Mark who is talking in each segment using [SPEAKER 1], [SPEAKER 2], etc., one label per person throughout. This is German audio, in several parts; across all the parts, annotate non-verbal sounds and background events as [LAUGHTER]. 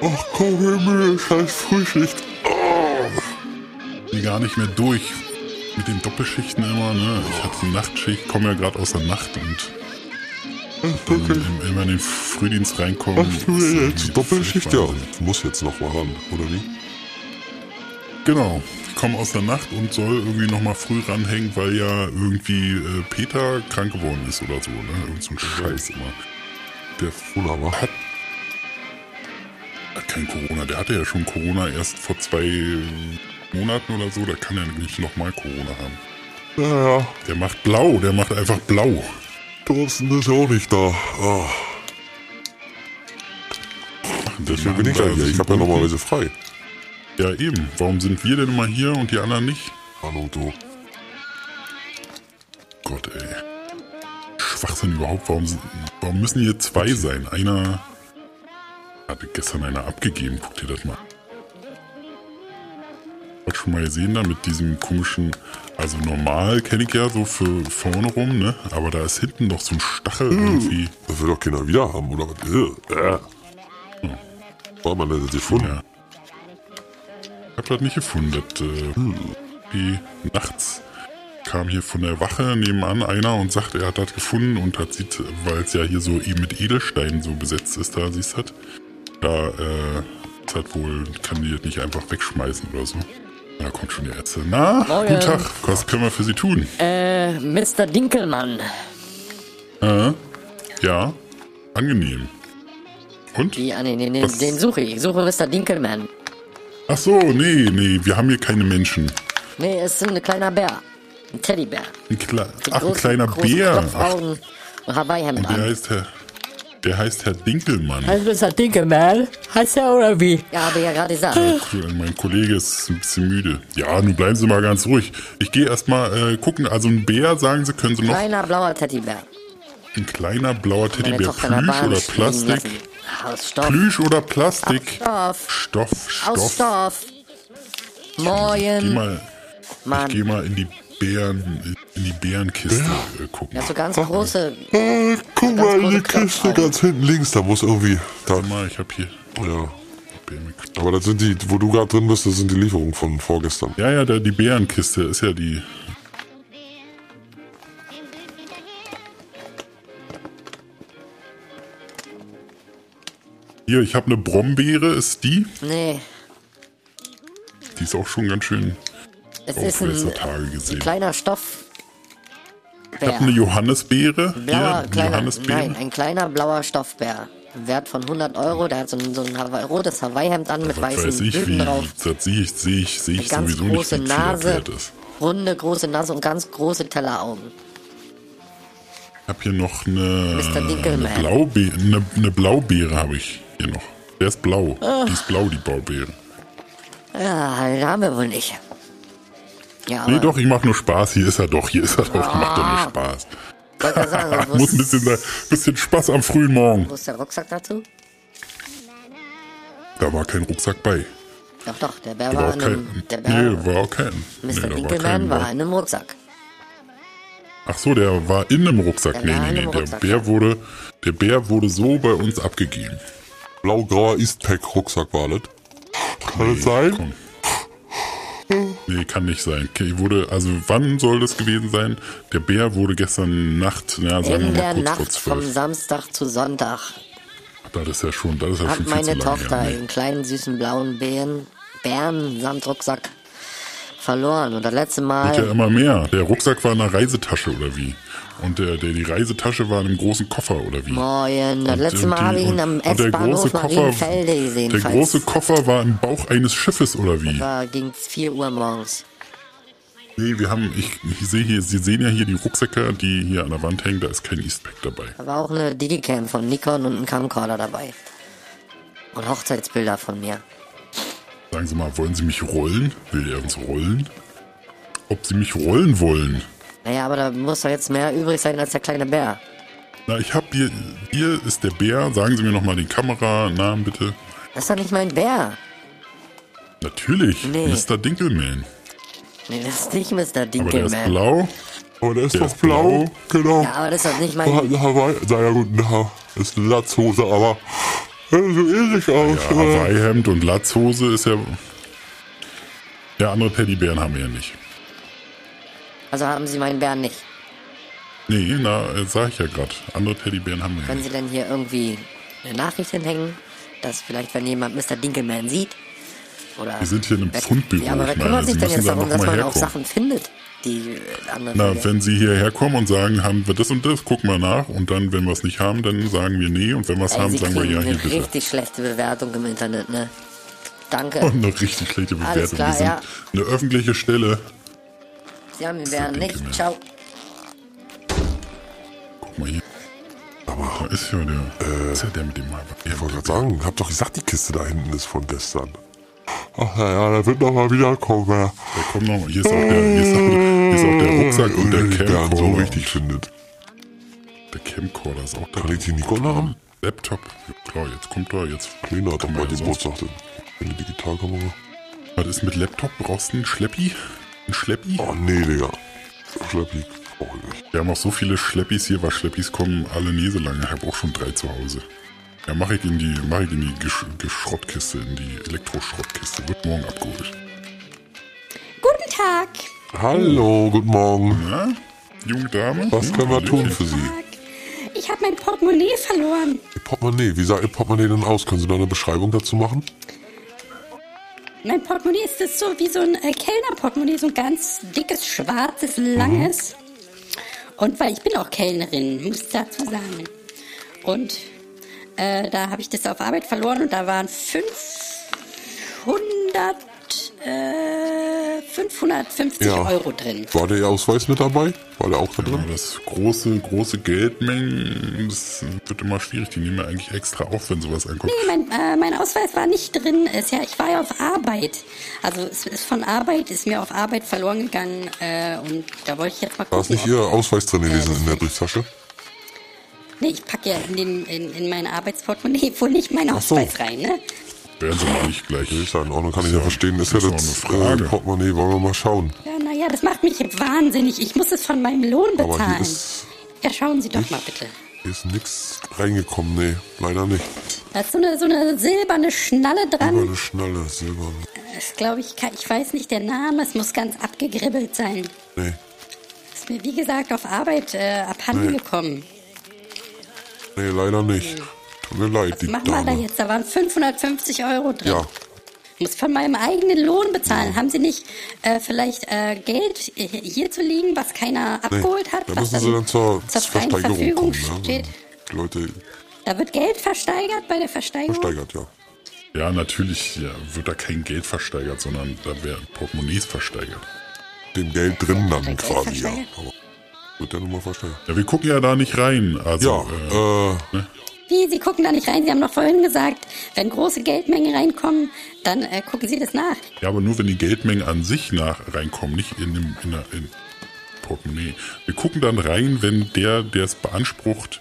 [SPEAKER 1] Oh Himmel, scheiß Frühschicht. Oh. Bin gar nicht mehr durch mit den Doppelschichten immer. Ne? Ich hatte Nachtschicht, komme ja gerade aus der Nacht und
[SPEAKER 2] Ach,
[SPEAKER 1] dann
[SPEAKER 2] wirklich?
[SPEAKER 1] im- immer in den Frühdienst reinkommen.
[SPEAKER 2] Ach,
[SPEAKER 1] ist
[SPEAKER 2] du
[SPEAKER 1] irgendwie
[SPEAKER 2] jetzt Doppelschicht, ja.
[SPEAKER 1] völlig Wahnsinn.
[SPEAKER 2] Muss jetzt noch mal ran, oder wie?
[SPEAKER 1] Genau. Ich komme aus der Nacht und soll irgendwie nochmal früh ranhängen, weil ja irgendwie äh, Peter krank geworden ist oder so. Ne? Irgend so ein
[SPEAKER 2] Oh
[SPEAKER 1] Scheiß immer. Der
[SPEAKER 2] Wunderbar.
[SPEAKER 1] hat, hat kein Corona. Der hatte ja schon Corona erst vor zwei Monaten oder so. Da kann er nicht nochmal Corona haben.
[SPEAKER 2] Ja, ja.
[SPEAKER 1] Der macht blau. Der macht einfach blau.
[SPEAKER 2] Thorsten ist ja auch nicht da. Ah, deswegen bin ich ja hier. Ich habe ja normalerweise frei.
[SPEAKER 1] Ja, eben. Warum sind wir denn immer hier und die anderen nicht?
[SPEAKER 2] Hallo, du.
[SPEAKER 1] Gott, ey. Schwachsinn überhaupt. Warum, sind- warum müssen hier zwei sein? Einer hatte gestern einer abgegeben. Guck dir das mal. an. Hat schon mal gesehen da mit diesem komischen, also normal kenne ich ja so für vorne rum, ne? Aber da ist hinten doch so ein Stachel irgendwie.
[SPEAKER 2] Hm. Das will doch keiner wieder haben, oder was? Äh, äh. War man das gefunden?
[SPEAKER 1] Ja. Ich hab das nicht gefunden. Das, äh, wie nachts kam hier von der Wache nebenan einer und sagt, er hat das gefunden und hat sieht, weil es ja hier so eh mit Edelsteinen so besetzt ist, da siehst du das. Da äh, ist das wohl, kann die das nicht einfach wegschmeißen oder so. Da kommt schon die Ärzte. Na,
[SPEAKER 3] Morgen.
[SPEAKER 1] guten Tag. Was können wir für Sie tun?
[SPEAKER 3] Äh, Mr. Dinkelmann.
[SPEAKER 1] Äh, ja, angenehm. Und?
[SPEAKER 3] Wie, ah, nee, nee, nee,
[SPEAKER 1] Was?
[SPEAKER 3] den suche ich. Ich suche Mr. Dinkelmann.
[SPEAKER 1] Ach so, nee, nee, wir haben hier keine Menschen.
[SPEAKER 3] Nee, es ist ein kleiner Bär. Ein Teddybär. Mit
[SPEAKER 1] Ein Kle Ach, ein
[SPEAKER 3] großen-
[SPEAKER 1] kleiner
[SPEAKER 3] großen
[SPEAKER 1] Bär. Ach,
[SPEAKER 3] Knopfaugen und Hawaii-Hemd
[SPEAKER 1] der
[SPEAKER 3] an.
[SPEAKER 1] heißt Herr, der heißt Herr Dinkelmann.
[SPEAKER 4] Also ist das Dinkelmann? Heißt er oder wie?
[SPEAKER 3] Ja, habe ich ja gerade gesagt.
[SPEAKER 1] Cool, Mein Kollege ist ein bisschen müde. Ja, nun bleiben Sie mal ganz ruhig. Ich gehe erstmal äh, gucken. Also ein Bär, sagen Sie, können Sie noch
[SPEAKER 3] Kleiner blauer Teddybär.
[SPEAKER 1] ein kleiner blauer
[SPEAKER 3] Meine
[SPEAKER 1] Teddybär.
[SPEAKER 3] Tochter in der
[SPEAKER 1] Plüsch
[SPEAKER 3] Bahn
[SPEAKER 1] oder
[SPEAKER 3] stehen
[SPEAKER 1] Plastik?
[SPEAKER 3] lassen. Aus Stoff.
[SPEAKER 1] Plüsch oder Plastik?
[SPEAKER 3] Stoff.
[SPEAKER 1] Stoff, Stoff.
[SPEAKER 3] Aus Stoff.
[SPEAKER 1] Geh
[SPEAKER 3] Moin.
[SPEAKER 1] mal,
[SPEAKER 3] Mann.
[SPEAKER 1] geh mal in die Bären, in die Bärenkiste äh, gucken.
[SPEAKER 3] Ja, so ganz große.
[SPEAKER 2] Äh, guck
[SPEAKER 3] Ganz
[SPEAKER 2] mal in
[SPEAKER 3] große
[SPEAKER 2] die
[SPEAKER 3] Knopfaugen.
[SPEAKER 2] Kiste ganz hinten links, da muss irgendwie. Da,
[SPEAKER 1] Warte mal, ich habe hier oh,
[SPEAKER 2] ja.
[SPEAKER 1] Bären-
[SPEAKER 2] Aber das sind die, wo du gerade drin bist, das sind die Lieferungen von vorgestern.
[SPEAKER 1] Ja, ja, da, die Bärenkiste ist ja die. Hier, ich habe eine Brombeere, ist die?
[SPEAKER 3] Nee,
[SPEAKER 1] Die ist auch schon ganz schön
[SPEAKER 3] es
[SPEAKER 1] Oh,
[SPEAKER 3] ist ein
[SPEAKER 1] aufwärts Tage gesehen. Ich
[SPEAKER 3] kleiner Stoff.
[SPEAKER 1] habe eine Johannisbeere.
[SPEAKER 3] Blauer,
[SPEAKER 1] hier,
[SPEAKER 3] kleiner,
[SPEAKER 1] Johannisbeere.
[SPEAKER 3] nein, ein kleiner blauer Stoffbär. Wert von 100 Euro, der hat so ein, so ein Hawaii, rotes Hawaii-Hemd an mit
[SPEAKER 1] Was
[SPEAKER 3] weißen
[SPEAKER 1] weiß ich,
[SPEAKER 3] Blüten
[SPEAKER 1] wie.
[SPEAKER 3] drauf.
[SPEAKER 1] Das sehe ich, sehe ich, sehe
[SPEAKER 3] Eine
[SPEAKER 1] ich
[SPEAKER 3] ganz
[SPEAKER 1] sowieso nicht,
[SPEAKER 3] große
[SPEAKER 1] wie viel der
[SPEAKER 3] Nase,
[SPEAKER 1] wert ist.
[SPEAKER 3] runde große Nase und ganz große Telleraugen.
[SPEAKER 1] Ich habe hier noch eine,
[SPEAKER 3] Mr. Dinkelmann.
[SPEAKER 1] eine, Blaube eine, eine Blaubeere habe ich hier noch. Der ist blau. Die ist blau, die Blaubeere.
[SPEAKER 3] Ja, den haben wir wohl nicht. Ja, aber
[SPEAKER 1] Nee, doch, ich mache nur Spaß. Hier ist er doch, hier ist er doch.
[SPEAKER 3] Ah.
[SPEAKER 1] Macht doch nur Spaß.
[SPEAKER 3] wollte gerade
[SPEAKER 1] [LAUGHS]
[SPEAKER 3] sagen, wo
[SPEAKER 1] Muss ein
[SPEAKER 3] ist,
[SPEAKER 1] bisschen, sein- bisschen Spaß am frühen Morgen.
[SPEAKER 3] wo ist der Rucksack dazu?
[SPEAKER 1] Da war kein Rucksack bei.
[SPEAKER 3] Doch, doch, der Bär
[SPEAKER 1] Da
[SPEAKER 3] war
[SPEAKER 1] war auch
[SPEAKER 3] in
[SPEAKER 1] kein.
[SPEAKER 3] einem, der Bär,
[SPEAKER 1] Nee, war auch kein. Nee,
[SPEAKER 3] Mr.
[SPEAKER 1] da war
[SPEAKER 3] Dinkelmann
[SPEAKER 1] kein.
[SPEAKER 3] war in einem Rucksack.
[SPEAKER 1] Ach so, der war in einem Rucksack.
[SPEAKER 3] Der
[SPEAKER 1] Nee,
[SPEAKER 3] war in
[SPEAKER 1] nee,
[SPEAKER 3] einem
[SPEAKER 1] nee. Der
[SPEAKER 3] Rucksack,
[SPEAKER 1] Bär wurde, der Bär wurde so bei uns abgegeben.
[SPEAKER 2] Blaugrauer Eastpack-Rucksack war das. Kann das sein?
[SPEAKER 1] Nee, kann nicht sein. Okay, wurde, also wann soll das gewesen sein? Der Bär wurde gestern Nacht, na, sagen wir
[SPEAKER 3] In
[SPEAKER 1] mal
[SPEAKER 3] der
[SPEAKER 1] kurz vor
[SPEAKER 3] Nacht vom
[SPEAKER 1] zwölf.
[SPEAKER 3] Samstag zu Sonntag
[SPEAKER 1] Das ist ja schon, das ist ja
[SPEAKER 3] hat
[SPEAKER 1] schon viel zu
[SPEAKER 3] meine
[SPEAKER 1] lange. her.
[SPEAKER 3] Tochter
[SPEAKER 1] Nee.
[SPEAKER 3] einen kleinen süßen blauen Bären, Bären samt Rucksack verloren. Und das letzte
[SPEAKER 1] Wird ja
[SPEAKER 3] Mal,
[SPEAKER 1] immer mehr. Der Rucksack war in einer Reisetasche oder wie? Und der, der, die Reisetasche war in einem großen Koffer oder wie?
[SPEAKER 3] moin, das
[SPEAKER 1] Und,
[SPEAKER 3] letzte
[SPEAKER 1] ähm,
[SPEAKER 3] Mal
[SPEAKER 1] die-
[SPEAKER 3] habe ich ihn
[SPEAKER 1] und-
[SPEAKER 3] am
[SPEAKER 1] und der große
[SPEAKER 3] S-Bahnhof Marienfelde gesehen.
[SPEAKER 1] Der
[SPEAKER 3] falls-
[SPEAKER 1] große Koffer war im Bauch eines Schiffes oder wie?
[SPEAKER 3] war gegen 4 Uhr morgens.
[SPEAKER 1] Nee, wir haben, ich, ich sehe hier, Sie sehen ja hier die Rucksäcke, die hier an der Wand hängen, da ist kein Eastpack dabei.
[SPEAKER 3] Da war auch eine Digicam von Nikon und ein Camcorder dabei. Und Hochzeitsbilder von mir.
[SPEAKER 1] Sagen Sie mal, wollen Sie mich rollen? Will er uns rollen? Ob Sie mich rollen wollen?
[SPEAKER 3] Naja, aber da muss doch jetzt mehr übrig sein als der kleine Bär.
[SPEAKER 1] Na, ich hab hier, hier ist der Bär, sagen Sie mir nochmal den Kameranamen bitte.
[SPEAKER 3] Das ist doch nicht mein Bär.
[SPEAKER 1] Natürlich,
[SPEAKER 3] Nee.
[SPEAKER 1] Mr. Dinkelman.
[SPEAKER 3] Nee, das ist nicht Mr.
[SPEAKER 1] Aber der ist
[SPEAKER 3] Dinkelman.
[SPEAKER 1] blau.
[SPEAKER 2] Aber der ist
[SPEAKER 1] Der
[SPEAKER 2] doch
[SPEAKER 1] ist
[SPEAKER 2] blau.
[SPEAKER 1] blau.
[SPEAKER 2] Genau.
[SPEAKER 1] Oh,
[SPEAKER 3] Ja, aber das ist doch nicht mein
[SPEAKER 2] Hawaii, naja gut, na, ist Latzhose, aber äh, so irrig aus. äh. [LAUGHS]
[SPEAKER 1] Ja,
[SPEAKER 2] oder?
[SPEAKER 1] Hawaii-Hemd und Latzhose ist ja. Ja, andere Teddybären haben wir ja nicht.
[SPEAKER 3] Also haben Sie meinen Bären nicht.
[SPEAKER 1] Nee, na, äh, sag ich ja gerade. Andere Teddybären haben wir ja
[SPEAKER 3] Können
[SPEAKER 1] nicht.
[SPEAKER 3] Sie denn hier irgendwie eine Nachricht hinhängen, dass vielleicht, wenn jemand Mr. Dinkelman sieht, oder...
[SPEAKER 1] Wir sind hier in einem
[SPEAKER 3] Wer-
[SPEAKER 1] Fundbüro.
[SPEAKER 3] Ja, aber wer
[SPEAKER 1] Ich meine,
[SPEAKER 3] kümmert sich
[SPEAKER 1] Sie
[SPEAKER 3] denn
[SPEAKER 1] müssen
[SPEAKER 3] jetzt
[SPEAKER 1] da
[SPEAKER 3] darum,
[SPEAKER 1] noch
[SPEAKER 3] dass
[SPEAKER 1] mal
[SPEAKER 3] man auch
[SPEAKER 1] herkommen.
[SPEAKER 3] Sachen findet, die äh, andere...
[SPEAKER 1] Na,
[SPEAKER 3] Leute-
[SPEAKER 1] wenn Sie hierher kommen und sagen, haben wir das und das, guck mal nach. Und dann, wenn wir es nicht haben, dann sagen wir nee. Und wenn wir es
[SPEAKER 3] Ey,
[SPEAKER 1] haben,
[SPEAKER 3] Sie
[SPEAKER 1] sagen wir
[SPEAKER 3] kriegen
[SPEAKER 1] ja, hier
[SPEAKER 3] eine
[SPEAKER 1] bitte. [LAUGHS]
[SPEAKER 3] richtig schlechte Bewertung im Internet, ne? Danke.
[SPEAKER 1] Und Oh, eine richtig schlechte
[SPEAKER 3] Alles
[SPEAKER 1] Bewertung.
[SPEAKER 3] klar,
[SPEAKER 1] wir sind
[SPEAKER 3] ja.
[SPEAKER 1] eine öffentliche Stelle.
[SPEAKER 3] Sie haben den Bären nicht.
[SPEAKER 1] Dinkelman.
[SPEAKER 3] Ciao.
[SPEAKER 1] Guck mal hier. Aber ist ja der, ist ja der mit dem Mal.
[SPEAKER 2] äh, Ich wollte gerade sagen, hab doch gesagt, die Kiste da hinten ist von gestern. Ach naja, der wird noch mal wiederkommen, wenn er
[SPEAKER 1] Da kommt noch, hier ist auch der, hier ist auch, hier ist auch der
[SPEAKER 2] Äh,
[SPEAKER 1] Rucksack und der
[SPEAKER 2] die Bären
[SPEAKER 1] Camcorder.
[SPEAKER 2] so richtig findet.
[SPEAKER 1] Der Camcorder ist auch da.
[SPEAKER 2] Kann ich die Nikon haben?
[SPEAKER 1] Laptop. Ja, klar, jetzt kommt er, jetzt.
[SPEAKER 2] Lena hat doch
[SPEAKER 1] Kann
[SPEAKER 2] mal
[SPEAKER 1] man ja
[SPEAKER 2] den
[SPEAKER 1] sonst-
[SPEAKER 2] Geburtstag denn. Eine Digitalkamera.
[SPEAKER 1] Was ist mit Laptop? Brauchst du einen Schleppi? Ein Schleppi?
[SPEAKER 2] Oh nee, Digga. Schleppi. Oh, nicht.
[SPEAKER 1] Wir haben auch so viele Schleppis hier, weil Schleppis kommen alle Nese lang. Ich habe auch schon drei zu Hause. Ja, mache ich in die, mach ich in die Gesch Geschrottkiste, in die Elektroschrottkiste. Wird morgen abgeholt.
[SPEAKER 5] Guten Tag.
[SPEAKER 2] Hallo, guten Morgen.
[SPEAKER 1] Na, junge Dame?
[SPEAKER 2] Was
[SPEAKER 1] Hm,
[SPEAKER 2] können wir tun
[SPEAKER 1] Hallöchen.
[SPEAKER 2] für Sie?
[SPEAKER 5] Tag. Ich habe mein Portemonnaie verloren.
[SPEAKER 2] Ihr Portemonnaie, wie sah Ihr Portemonnaie denn aus? Können Sie da eine Beschreibung dazu machen?
[SPEAKER 5] Mein Portemonnaie ist das so wie so ein äh, Kellnerportemonnaie, so ein ganz dickes, schwarzes, langes. Und weil ich bin auch Kellnerin, muss ich dazu sagen. Und äh, da habe ich das auf Arbeit verloren und da waren 500, äh, 550
[SPEAKER 2] Ja.
[SPEAKER 5] Euro drin.
[SPEAKER 2] War der Ihr Ausweis mit dabei? War der auch da
[SPEAKER 1] Ja,
[SPEAKER 2] drin?
[SPEAKER 1] das große, große Geldmengen, das wird immer schwierig. Die nehmen ja eigentlich extra auf, wenn sowas ankommt.
[SPEAKER 5] Nee, mein, äh, mein Ausweis war nicht drin. Ist ja, ich war ja auf Arbeit. Also es ist von Arbeit, ist mir auf Arbeit verloren gegangen. Äh, und da wollte ich jetzt mal gucken.
[SPEAKER 2] War es nicht
[SPEAKER 5] ob-
[SPEAKER 2] Ihr Ausweis drin gewesen in der Brieftasche?
[SPEAKER 5] Nee, ich packe ja in, den, in, in mein Arbeitsportemonnaie [LAUGHS] wohl nicht meinen
[SPEAKER 2] Ach so.
[SPEAKER 5] Ausweis rein, ne?
[SPEAKER 1] Werden sie mal nicht gleich.
[SPEAKER 2] Nee, Ist ja in Ordnung, kann ich ja verstehen. Ist ja
[SPEAKER 1] ist ja
[SPEAKER 2] das
[SPEAKER 1] auch eine Frage.
[SPEAKER 2] äh, Portemonnaie, wollen wir mal schauen.
[SPEAKER 5] Ja, naja, das macht mich wahnsinnig. Ich muss es von meinem Lohn
[SPEAKER 2] Aber hier
[SPEAKER 5] bezahlen.
[SPEAKER 2] ist-
[SPEAKER 5] Ja, schauen Sie doch
[SPEAKER 2] nicht-
[SPEAKER 5] mal bitte.
[SPEAKER 2] Hier ist nix reingekommen, nee, leider nicht.
[SPEAKER 5] Da ist so eine, so eine silberne Schnalle dran.
[SPEAKER 2] Silberne Schnalle, silberne.
[SPEAKER 5] Das glaube ich, kann- ich weiß nicht der Name. Es muss ganz abgegribbelt sein.
[SPEAKER 2] Nee.
[SPEAKER 5] Ist mir, wie gesagt, auf Arbeit äh, abhanden
[SPEAKER 2] Nee.
[SPEAKER 5] gekommen.
[SPEAKER 2] Nee, leider nicht. Tut mir leid, die
[SPEAKER 5] Was machen wir da
[SPEAKER 2] Dame.
[SPEAKER 5] jetzt? Da waren 550 Euro drin.
[SPEAKER 2] Ja,
[SPEAKER 5] Muss von meinem eigenen Lohn bezahlen. Haben Sie nicht äh, vielleicht äh, Geld äh, hier zu liegen, was keiner
[SPEAKER 2] nee.
[SPEAKER 5] abgeholt hat?
[SPEAKER 2] Da
[SPEAKER 5] was
[SPEAKER 2] müssen sie dann zur,
[SPEAKER 5] zur freien Verfügung
[SPEAKER 2] Versteigerung kommen. Ne? Also,
[SPEAKER 5] steht?
[SPEAKER 2] die Leute
[SPEAKER 5] Da wird Geld versteigert bei der Versteigerung.
[SPEAKER 2] versteigert, ja.
[SPEAKER 1] Ja, natürlich ja, wird da kein Geld versteigert, sondern da werden Portemonnaies versteigert.
[SPEAKER 2] Dem Geld drin dann
[SPEAKER 5] Geld
[SPEAKER 2] quasi, ja.
[SPEAKER 5] versteigert?
[SPEAKER 2] Aber wird ja nun mal versteigert.
[SPEAKER 1] Ja, wir gucken ja da nicht rein.
[SPEAKER 2] Ja,
[SPEAKER 1] Also, äh,
[SPEAKER 2] äh,
[SPEAKER 5] Wie? Sie gucken da nicht rein. Sie haben noch vorhin gesagt, wenn große Geldmengen reinkommen, dann äh, gucken Sie das nach.
[SPEAKER 1] ja, aber nur wenn die Geldmengen an sich nach reinkommen, nicht in dem in, der- in Portemonnaie. Wir gucken dann rein, wenn der, der es beansprucht,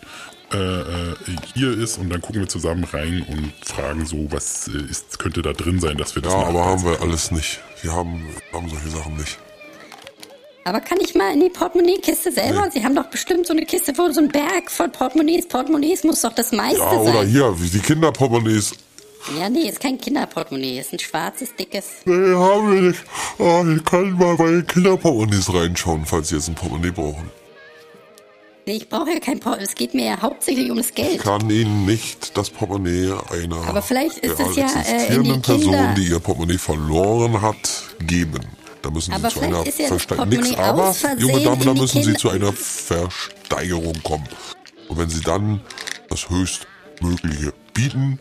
[SPEAKER 1] äh, äh, hier ist und dann gucken wir zusammen rein und fragen so, was äh, ist, könnte da drin sein, dass wir das
[SPEAKER 2] ja, aber
[SPEAKER 1] nachweisen
[SPEAKER 2] haben wir alles nicht. Wir haben, haben solche Sachen nicht.
[SPEAKER 5] Aber kann ich mal in die Portemonnaie-Kiste selber? Sie haben doch bestimmt so eine Kiste, wo so ein Berg von Portemonnaies, Portemonnaies muss doch das meiste
[SPEAKER 2] Ja, oder
[SPEAKER 5] sein.
[SPEAKER 2] hier, wie die Kinderportemonnaies.
[SPEAKER 5] Ja, nee, ist kein Kinderportemonnaie, ist ein schwarzes, dickes.
[SPEAKER 2] Nee, haben wir nicht. Ah, ich kann mal bei den Kinderportemonnaies reinschauen, falls sie jetzt ein Portemonnaie brauchen.
[SPEAKER 5] Nee, ich brauche ja kein Portemonnaie. Es geht mir ja hauptsächlich um das Geld.
[SPEAKER 2] Ich kann Ihnen nicht das Portemonnaie einer
[SPEAKER 5] Aber vielleicht ist
[SPEAKER 2] real
[SPEAKER 5] es ja, äh, in die
[SPEAKER 2] existierenden Person,
[SPEAKER 5] Kinder-
[SPEAKER 2] die ihr Portemonnaie verloren hat, geben. Da müssen
[SPEAKER 5] Aber
[SPEAKER 2] Sie zu
[SPEAKER 5] vielleicht
[SPEAKER 2] einer
[SPEAKER 5] ist ja das
[SPEAKER 2] Versteigerung.
[SPEAKER 5] Portemonnaie
[SPEAKER 2] Nix, aber,
[SPEAKER 5] aus Versehen
[SPEAKER 2] junge Dame,
[SPEAKER 5] in
[SPEAKER 2] da
[SPEAKER 5] die
[SPEAKER 2] müssen Sie
[SPEAKER 5] Kinder-
[SPEAKER 2] zu einer Versteigerung kommen. Und wenn Sie dann das Höchstmögliche bieten,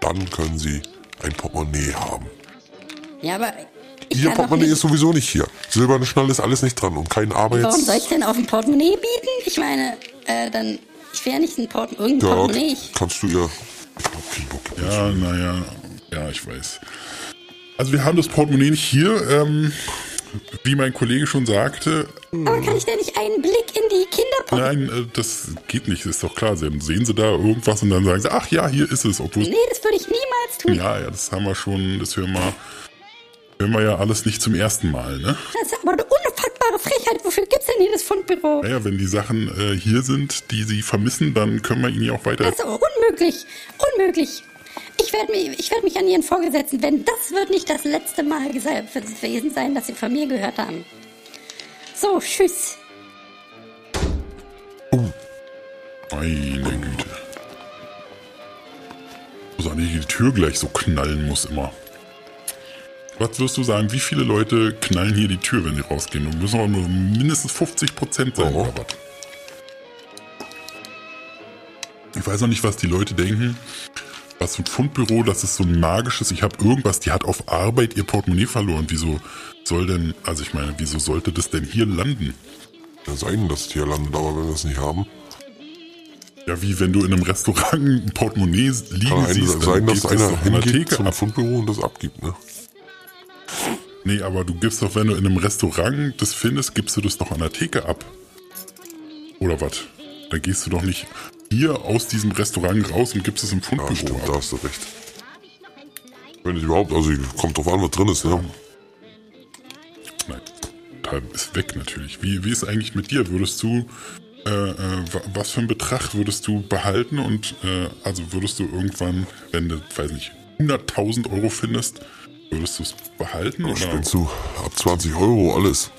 [SPEAKER 2] dann können Sie ein Portemonnaie haben.
[SPEAKER 5] Ja, aber ich
[SPEAKER 2] Ihr
[SPEAKER 5] kann doch
[SPEAKER 2] Portemonnaie
[SPEAKER 5] nicht-
[SPEAKER 2] ist sowieso nicht hier. Silberne Schnalle ist alles nicht dran und kein
[SPEAKER 5] Warum soll ich
[SPEAKER 2] Arbeits...
[SPEAKER 5] denn auf ein Portemonnaie bieten? Ich meine, äh, dann, ich wäre nicht ein Portem irgendein
[SPEAKER 2] Ja,
[SPEAKER 5] Portemonnaie. Ich,
[SPEAKER 2] kannst du ihr... Ich hab keinen Bock.
[SPEAKER 1] Ja, naja, ja, ich weiß. Also wir haben das Portemonnaie nicht hier. Ähm, wie mein Kollege schon sagte,
[SPEAKER 5] aber kann ich denn nicht einen Blick in die Kinderportemonnaie?
[SPEAKER 1] nein, äh, das geht nicht, ist doch klar. Dann sehen sie da irgendwas und dann sagen sie, ach ja, hier ist es. Obwohl,
[SPEAKER 5] Nee, das würde ich niemals tun.
[SPEAKER 1] ja, ja, das haben wir schon, das hören wir, hören wir ja alles nicht zum ersten Mal, ne?
[SPEAKER 5] Das ist aber eine unfassbare Frechheit. Wofür gibt's denn hier das Fundbüro?
[SPEAKER 1] Naja, wenn die Sachen
[SPEAKER 5] Also-
[SPEAKER 1] äh, hier sind, die sie vermissen, dann können wir ihnen ja auch weiter...
[SPEAKER 5] Das ist unmöglich. Unmöglich. Ich werde mich, ich werd mich an Ihren Vorgesetzten wenden. Das wird nicht das letzte Mal gese- gewesen sein, dass Sie von mir gehört haben. So, tschüss.
[SPEAKER 1] Meine Güte. So an die Tür gleich so knallen muss immer. Was wirst du sagen, wie viele Leute knallen hier die Tür, wenn die rausgehen? Du müssen aber nur mindestens 50 Prozent sein,
[SPEAKER 2] Oh.
[SPEAKER 1] oder was? Ich weiß noch nicht, was die Leute denken. Was für ein Fundbüro, das ist so ein magisches, ich habe irgendwas, die hat auf Arbeit ihr Portemonnaie verloren. Wieso soll denn, also ich meine, wieso sollte das denn hier landen?
[SPEAKER 2] Kann sein, dass es hier landet, aber wenn wir es nicht haben,
[SPEAKER 1] Ja, wie wenn du in einem Restaurant ein Portemonnaie liegen
[SPEAKER 2] kann ein,
[SPEAKER 1] siehst, dann
[SPEAKER 2] sein, dass
[SPEAKER 1] gibst du es
[SPEAKER 2] einer
[SPEAKER 1] doch an der
[SPEAKER 2] hingeht
[SPEAKER 1] Theke
[SPEAKER 2] zum
[SPEAKER 1] ab.
[SPEAKER 2] Fundbüro und das abgibt, ne?
[SPEAKER 1] Nee, aber du gibst doch, wenn du in einem Restaurant das findest, gibst du das doch an der Theke ab. Oder was? Dann gehst du doch nicht hier aus diesem Restaurant raus und gibst es im
[SPEAKER 2] Ja,
[SPEAKER 1] Fundbüro
[SPEAKER 2] stimmt,
[SPEAKER 1] ab.
[SPEAKER 2] da hast du recht. Wenn ich überhaupt, also kommt drauf an, was drin ist, ne?
[SPEAKER 1] Nein, da ist weg natürlich. Wie, wie ist eigentlich mit dir? Würdest du, äh, äh, wa- was für einen Betrag würdest du behalten und, äh, also würdest du irgendwann, wenn du, weiß nicht, 100.000 Euro findest, würdest du es behalten oder
[SPEAKER 2] Spinnst du? Ab 20 Euro alles.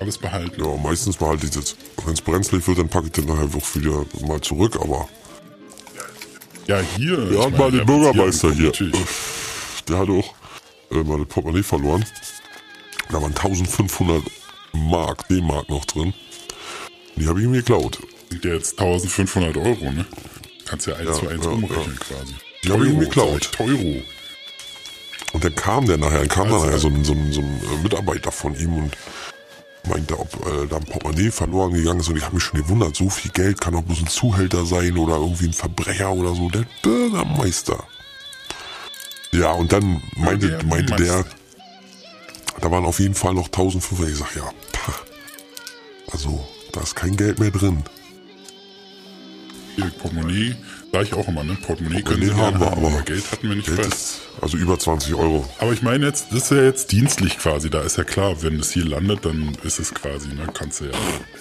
[SPEAKER 1] alles behalten?
[SPEAKER 2] Ja, meistens behalte ich das. Wenn es brenzlig wird, dann packe ich das nachher auch wieder mal zurück, aber
[SPEAKER 1] Ja, hier.
[SPEAKER 2] Wir
[SPEAKER 1] ich
[SPEAKER 2] haben mal
[SPEAKER 1] meine,
[SPEAKER 2] den
[SPEAKER 1] wir haben
[SPEAKER 2] Bürgermeister hier.
[SPEAKER 1] Natürlich.
[SPEAKER 2] Der hat auch äh, mal das Portemonnaie verloren. Da waren 1500 Mark, D-Mark noch drin. Die habe ich ihm geklaut.
[SPEAKER 1] Sind ja jetzt 1500 Euro, ne? Kannst ja eins zu eins
[SPEAKER 2] ja,
[SPEAKER 1] umrechnen quasi.
[SPEAKER 2] Die hab ich mir geklaut.
[SPEAKER 1] sag ich, Euro.
[SPEAKER 2] Und dann kam der nachher, dann kam
[SPEAKER 1] Also,
[SPEAKER 2] nachher so ein, so, ein, so ein äh, Mitarbeiter von ihm und meinte, ob äh, da ein Portemonnaie verloren gegangen ist. Und ich habe mich schon gewundert, so viel Geld kann doch bloß ein Zuhälter sein oder irgendwie ein Verbrecher oder so. Der Bürgermeister. Ja, und dann meinte, meinte der, da waren auf jeden Fall noch 1500. Ich sag, ja, pah. also da ist kein Geld mehr drin.
[SPEAKER 1] Hier, Portemonnaie, sag ich auch immer, ne? Portemonnaie, können
[SPEAKER 2] Nee,
[SPEAKER 1] Sie
[SPEAKER 2] haben
[SPEAKER 1] gerne
[SPEAKER 2] wir, aber
[SPEAKER 1] aber Geld hatten wir nicht
[SPEAKER 2] Geld
[SPEAKER 1] bei.
[SPEAKER 2] ist, also über 20 Euro.
[SPEAKER 1] Aber ich meine jetzt, das ist ja jetzt dienstlich quasi, da ist ja klar, wenn es hier landet, dann ist es quasi, ne? Kannst du ja,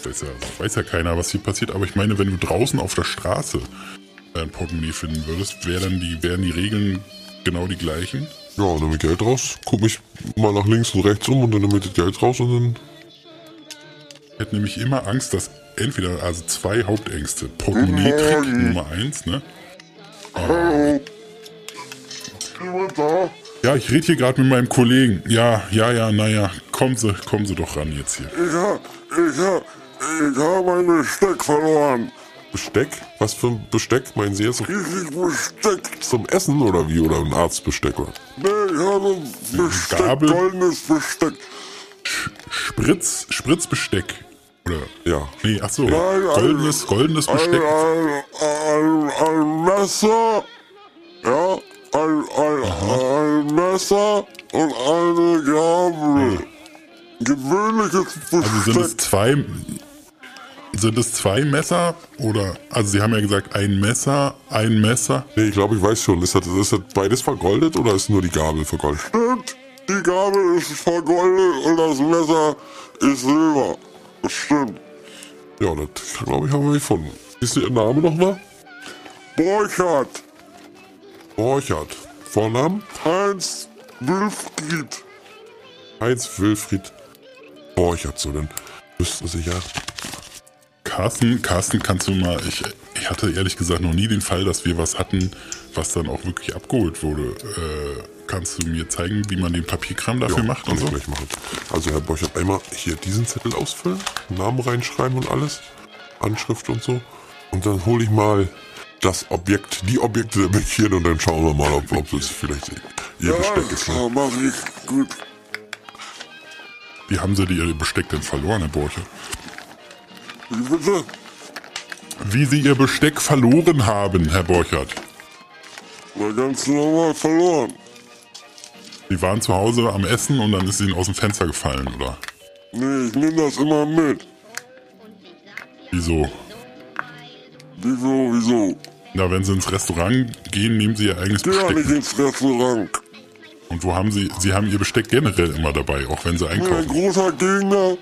[SPEAKER 1] weiß ja, weiß ja keiner, was hier passiert, aber ich meine, wenn du draußen auf der Straße ein Portemonnaie finden würdest, wär dann die, wären die Regeln genau die gleichen?
[SPEAKER 2] Ja, nehme ich Geld raus, guck mich mal nach links und rechts um und dann nehme ich das Geld raus und dann
[SPEAKER 1] Ich hätte nämlich immer Angst, dass entweder, also zwei Hauptängste. Portemonnaie-Trick Nummer eins, ne? Oh. Ja, ich rede hier gerade mit meinem Kollegen. Ja, ja, ja, naja. Kommen Sie, kommen Sie doch ran jetzt hier.
[SPEAKER 6] Ich hab, ich hab, ich hab mein Besteck verloren.
[SPEAKER 2] Besteck? Was für ein Besteck meinen Sie jetzt?
[SPEAKER 6] Dieses Besteck.
[SPEAKER 2] Zum Essen oder wie? Oder ein Arztbesteck? Oder?
[SPEAKER 6] Nee, ich habe ein Besteck,
[SPEAKER 1] Gabel?
[SPEAKER 6] goldenes Besteck.
[SPEAKER 1] Spritz, Spritzbesteck. Oder?
[SPEAKER 2] Ja.
[SPEAKER 1] Nee, ach so.
[SPEAKER 6] Nein, ein-
[SPEAKER 1] Goldenes, goldenes
[SPEAKER 6] Ein,
[SPEAKER 1] Besteck.
[SPEAKER 6] ein, ein, ein Messer. Ja, ein, ein, ein Messer und eine Gabel. Gewöhnliches
[SPEAKER 1] Also sind es
[SPEAKER 6] Besteck.
[SPEAKER 1] zwei. Sind es zwei Messer? Oder? Also, Sie haben ja gesagt, ein Messer, ein Messer.
[SPEAKER 2] Nee, ich glaube, ich weiß schon. Ist das, ist das beides vergoldet oder ist nur die Gabel vergoldet?
[SPEAKER 6] Stimmt, die Gabel ist vergoldet und das Messer ist Silber. Das stimmt.
[SPEAKER 2] Ja, das glaube ich haben wir gefunden. Ist Ihr Name noch mal?
[SPEAKER 6] Borchardt.
[SPEAKER 2] Borchert. Vornamen?
[SPEAKER 6] Heinz Wilfried.
[SPEAKER 2] Heinz Wilfried Borchert. So, dann müssten Sie ja...
[SPEAKER 1] Carsten, Carsten, kannst du mal, ich, ich hatte ehrlich gesagt noch nie den Fall, dass wir was hatten, was dann auch wirklich abgeholt wurde. Äh, kannst du mir zeigen, wie man den Papierkram dafür
[SPEAKER 2] Ja,
[SPEAKER 1] macht
[SPEAKER 2] kann
[SPEAKER 1] und
[SPEAKER 2] ich
[SPEAKER 1] so?
[SPEAKER 2] [LAUGHS] gleich machen. Also, Herr Borchert, einmal hier diesen Zettel ausfüllen, Namen reinschreiben und alles, Anschrift und so. Und dann hole ich mal das Objekt, die Objekte der Mädchen und dann schauen wir mal, ob, ob das vielleicht ihr Besteck ist. Ne?
[SPEAKER 6] Ja, mach ich gut.
[SPEAKER 1] Wie haben sie die ihr Besteck denn verloren, Herr Borche?
[SPEAKER 6] Wie bitte?
[SPEAKER 1] Wie sie ihr Besteck verloren haben, Herr Borchert.
[SPEAKER 6] War ganz normal verloren.
[SPEAKER 1] Sie waren zu Hause am Essen und dann ist ihnen aus dem Fenster gefallen, oder?
[SPEAKER 6] Nee, ich nehm das immer mit.
[SPEAKER 1] Wieso?
[SPEAKER 6] Wieso, wieso?
[SPEAKER 1] Na, wenn sie ins Restaurant gehen, nehmen sie ihr eigenes
[SPEAKER 6] Geh ja
[SPEAKER 1] Besteck.
[SPEAKER 6] nicht
[SPEAKER 1] mit.
[SPEAKER 6] ins Restaurant.
[SPEAKER 1] Und wo haben sie, sie haben ihr Besteck generell immer dabei, auch wenn sie
[SPEAKER 6] Ich bin ein
[SPEAKER 1] einkaufen.
[SPEAKER 6] großer Gegner.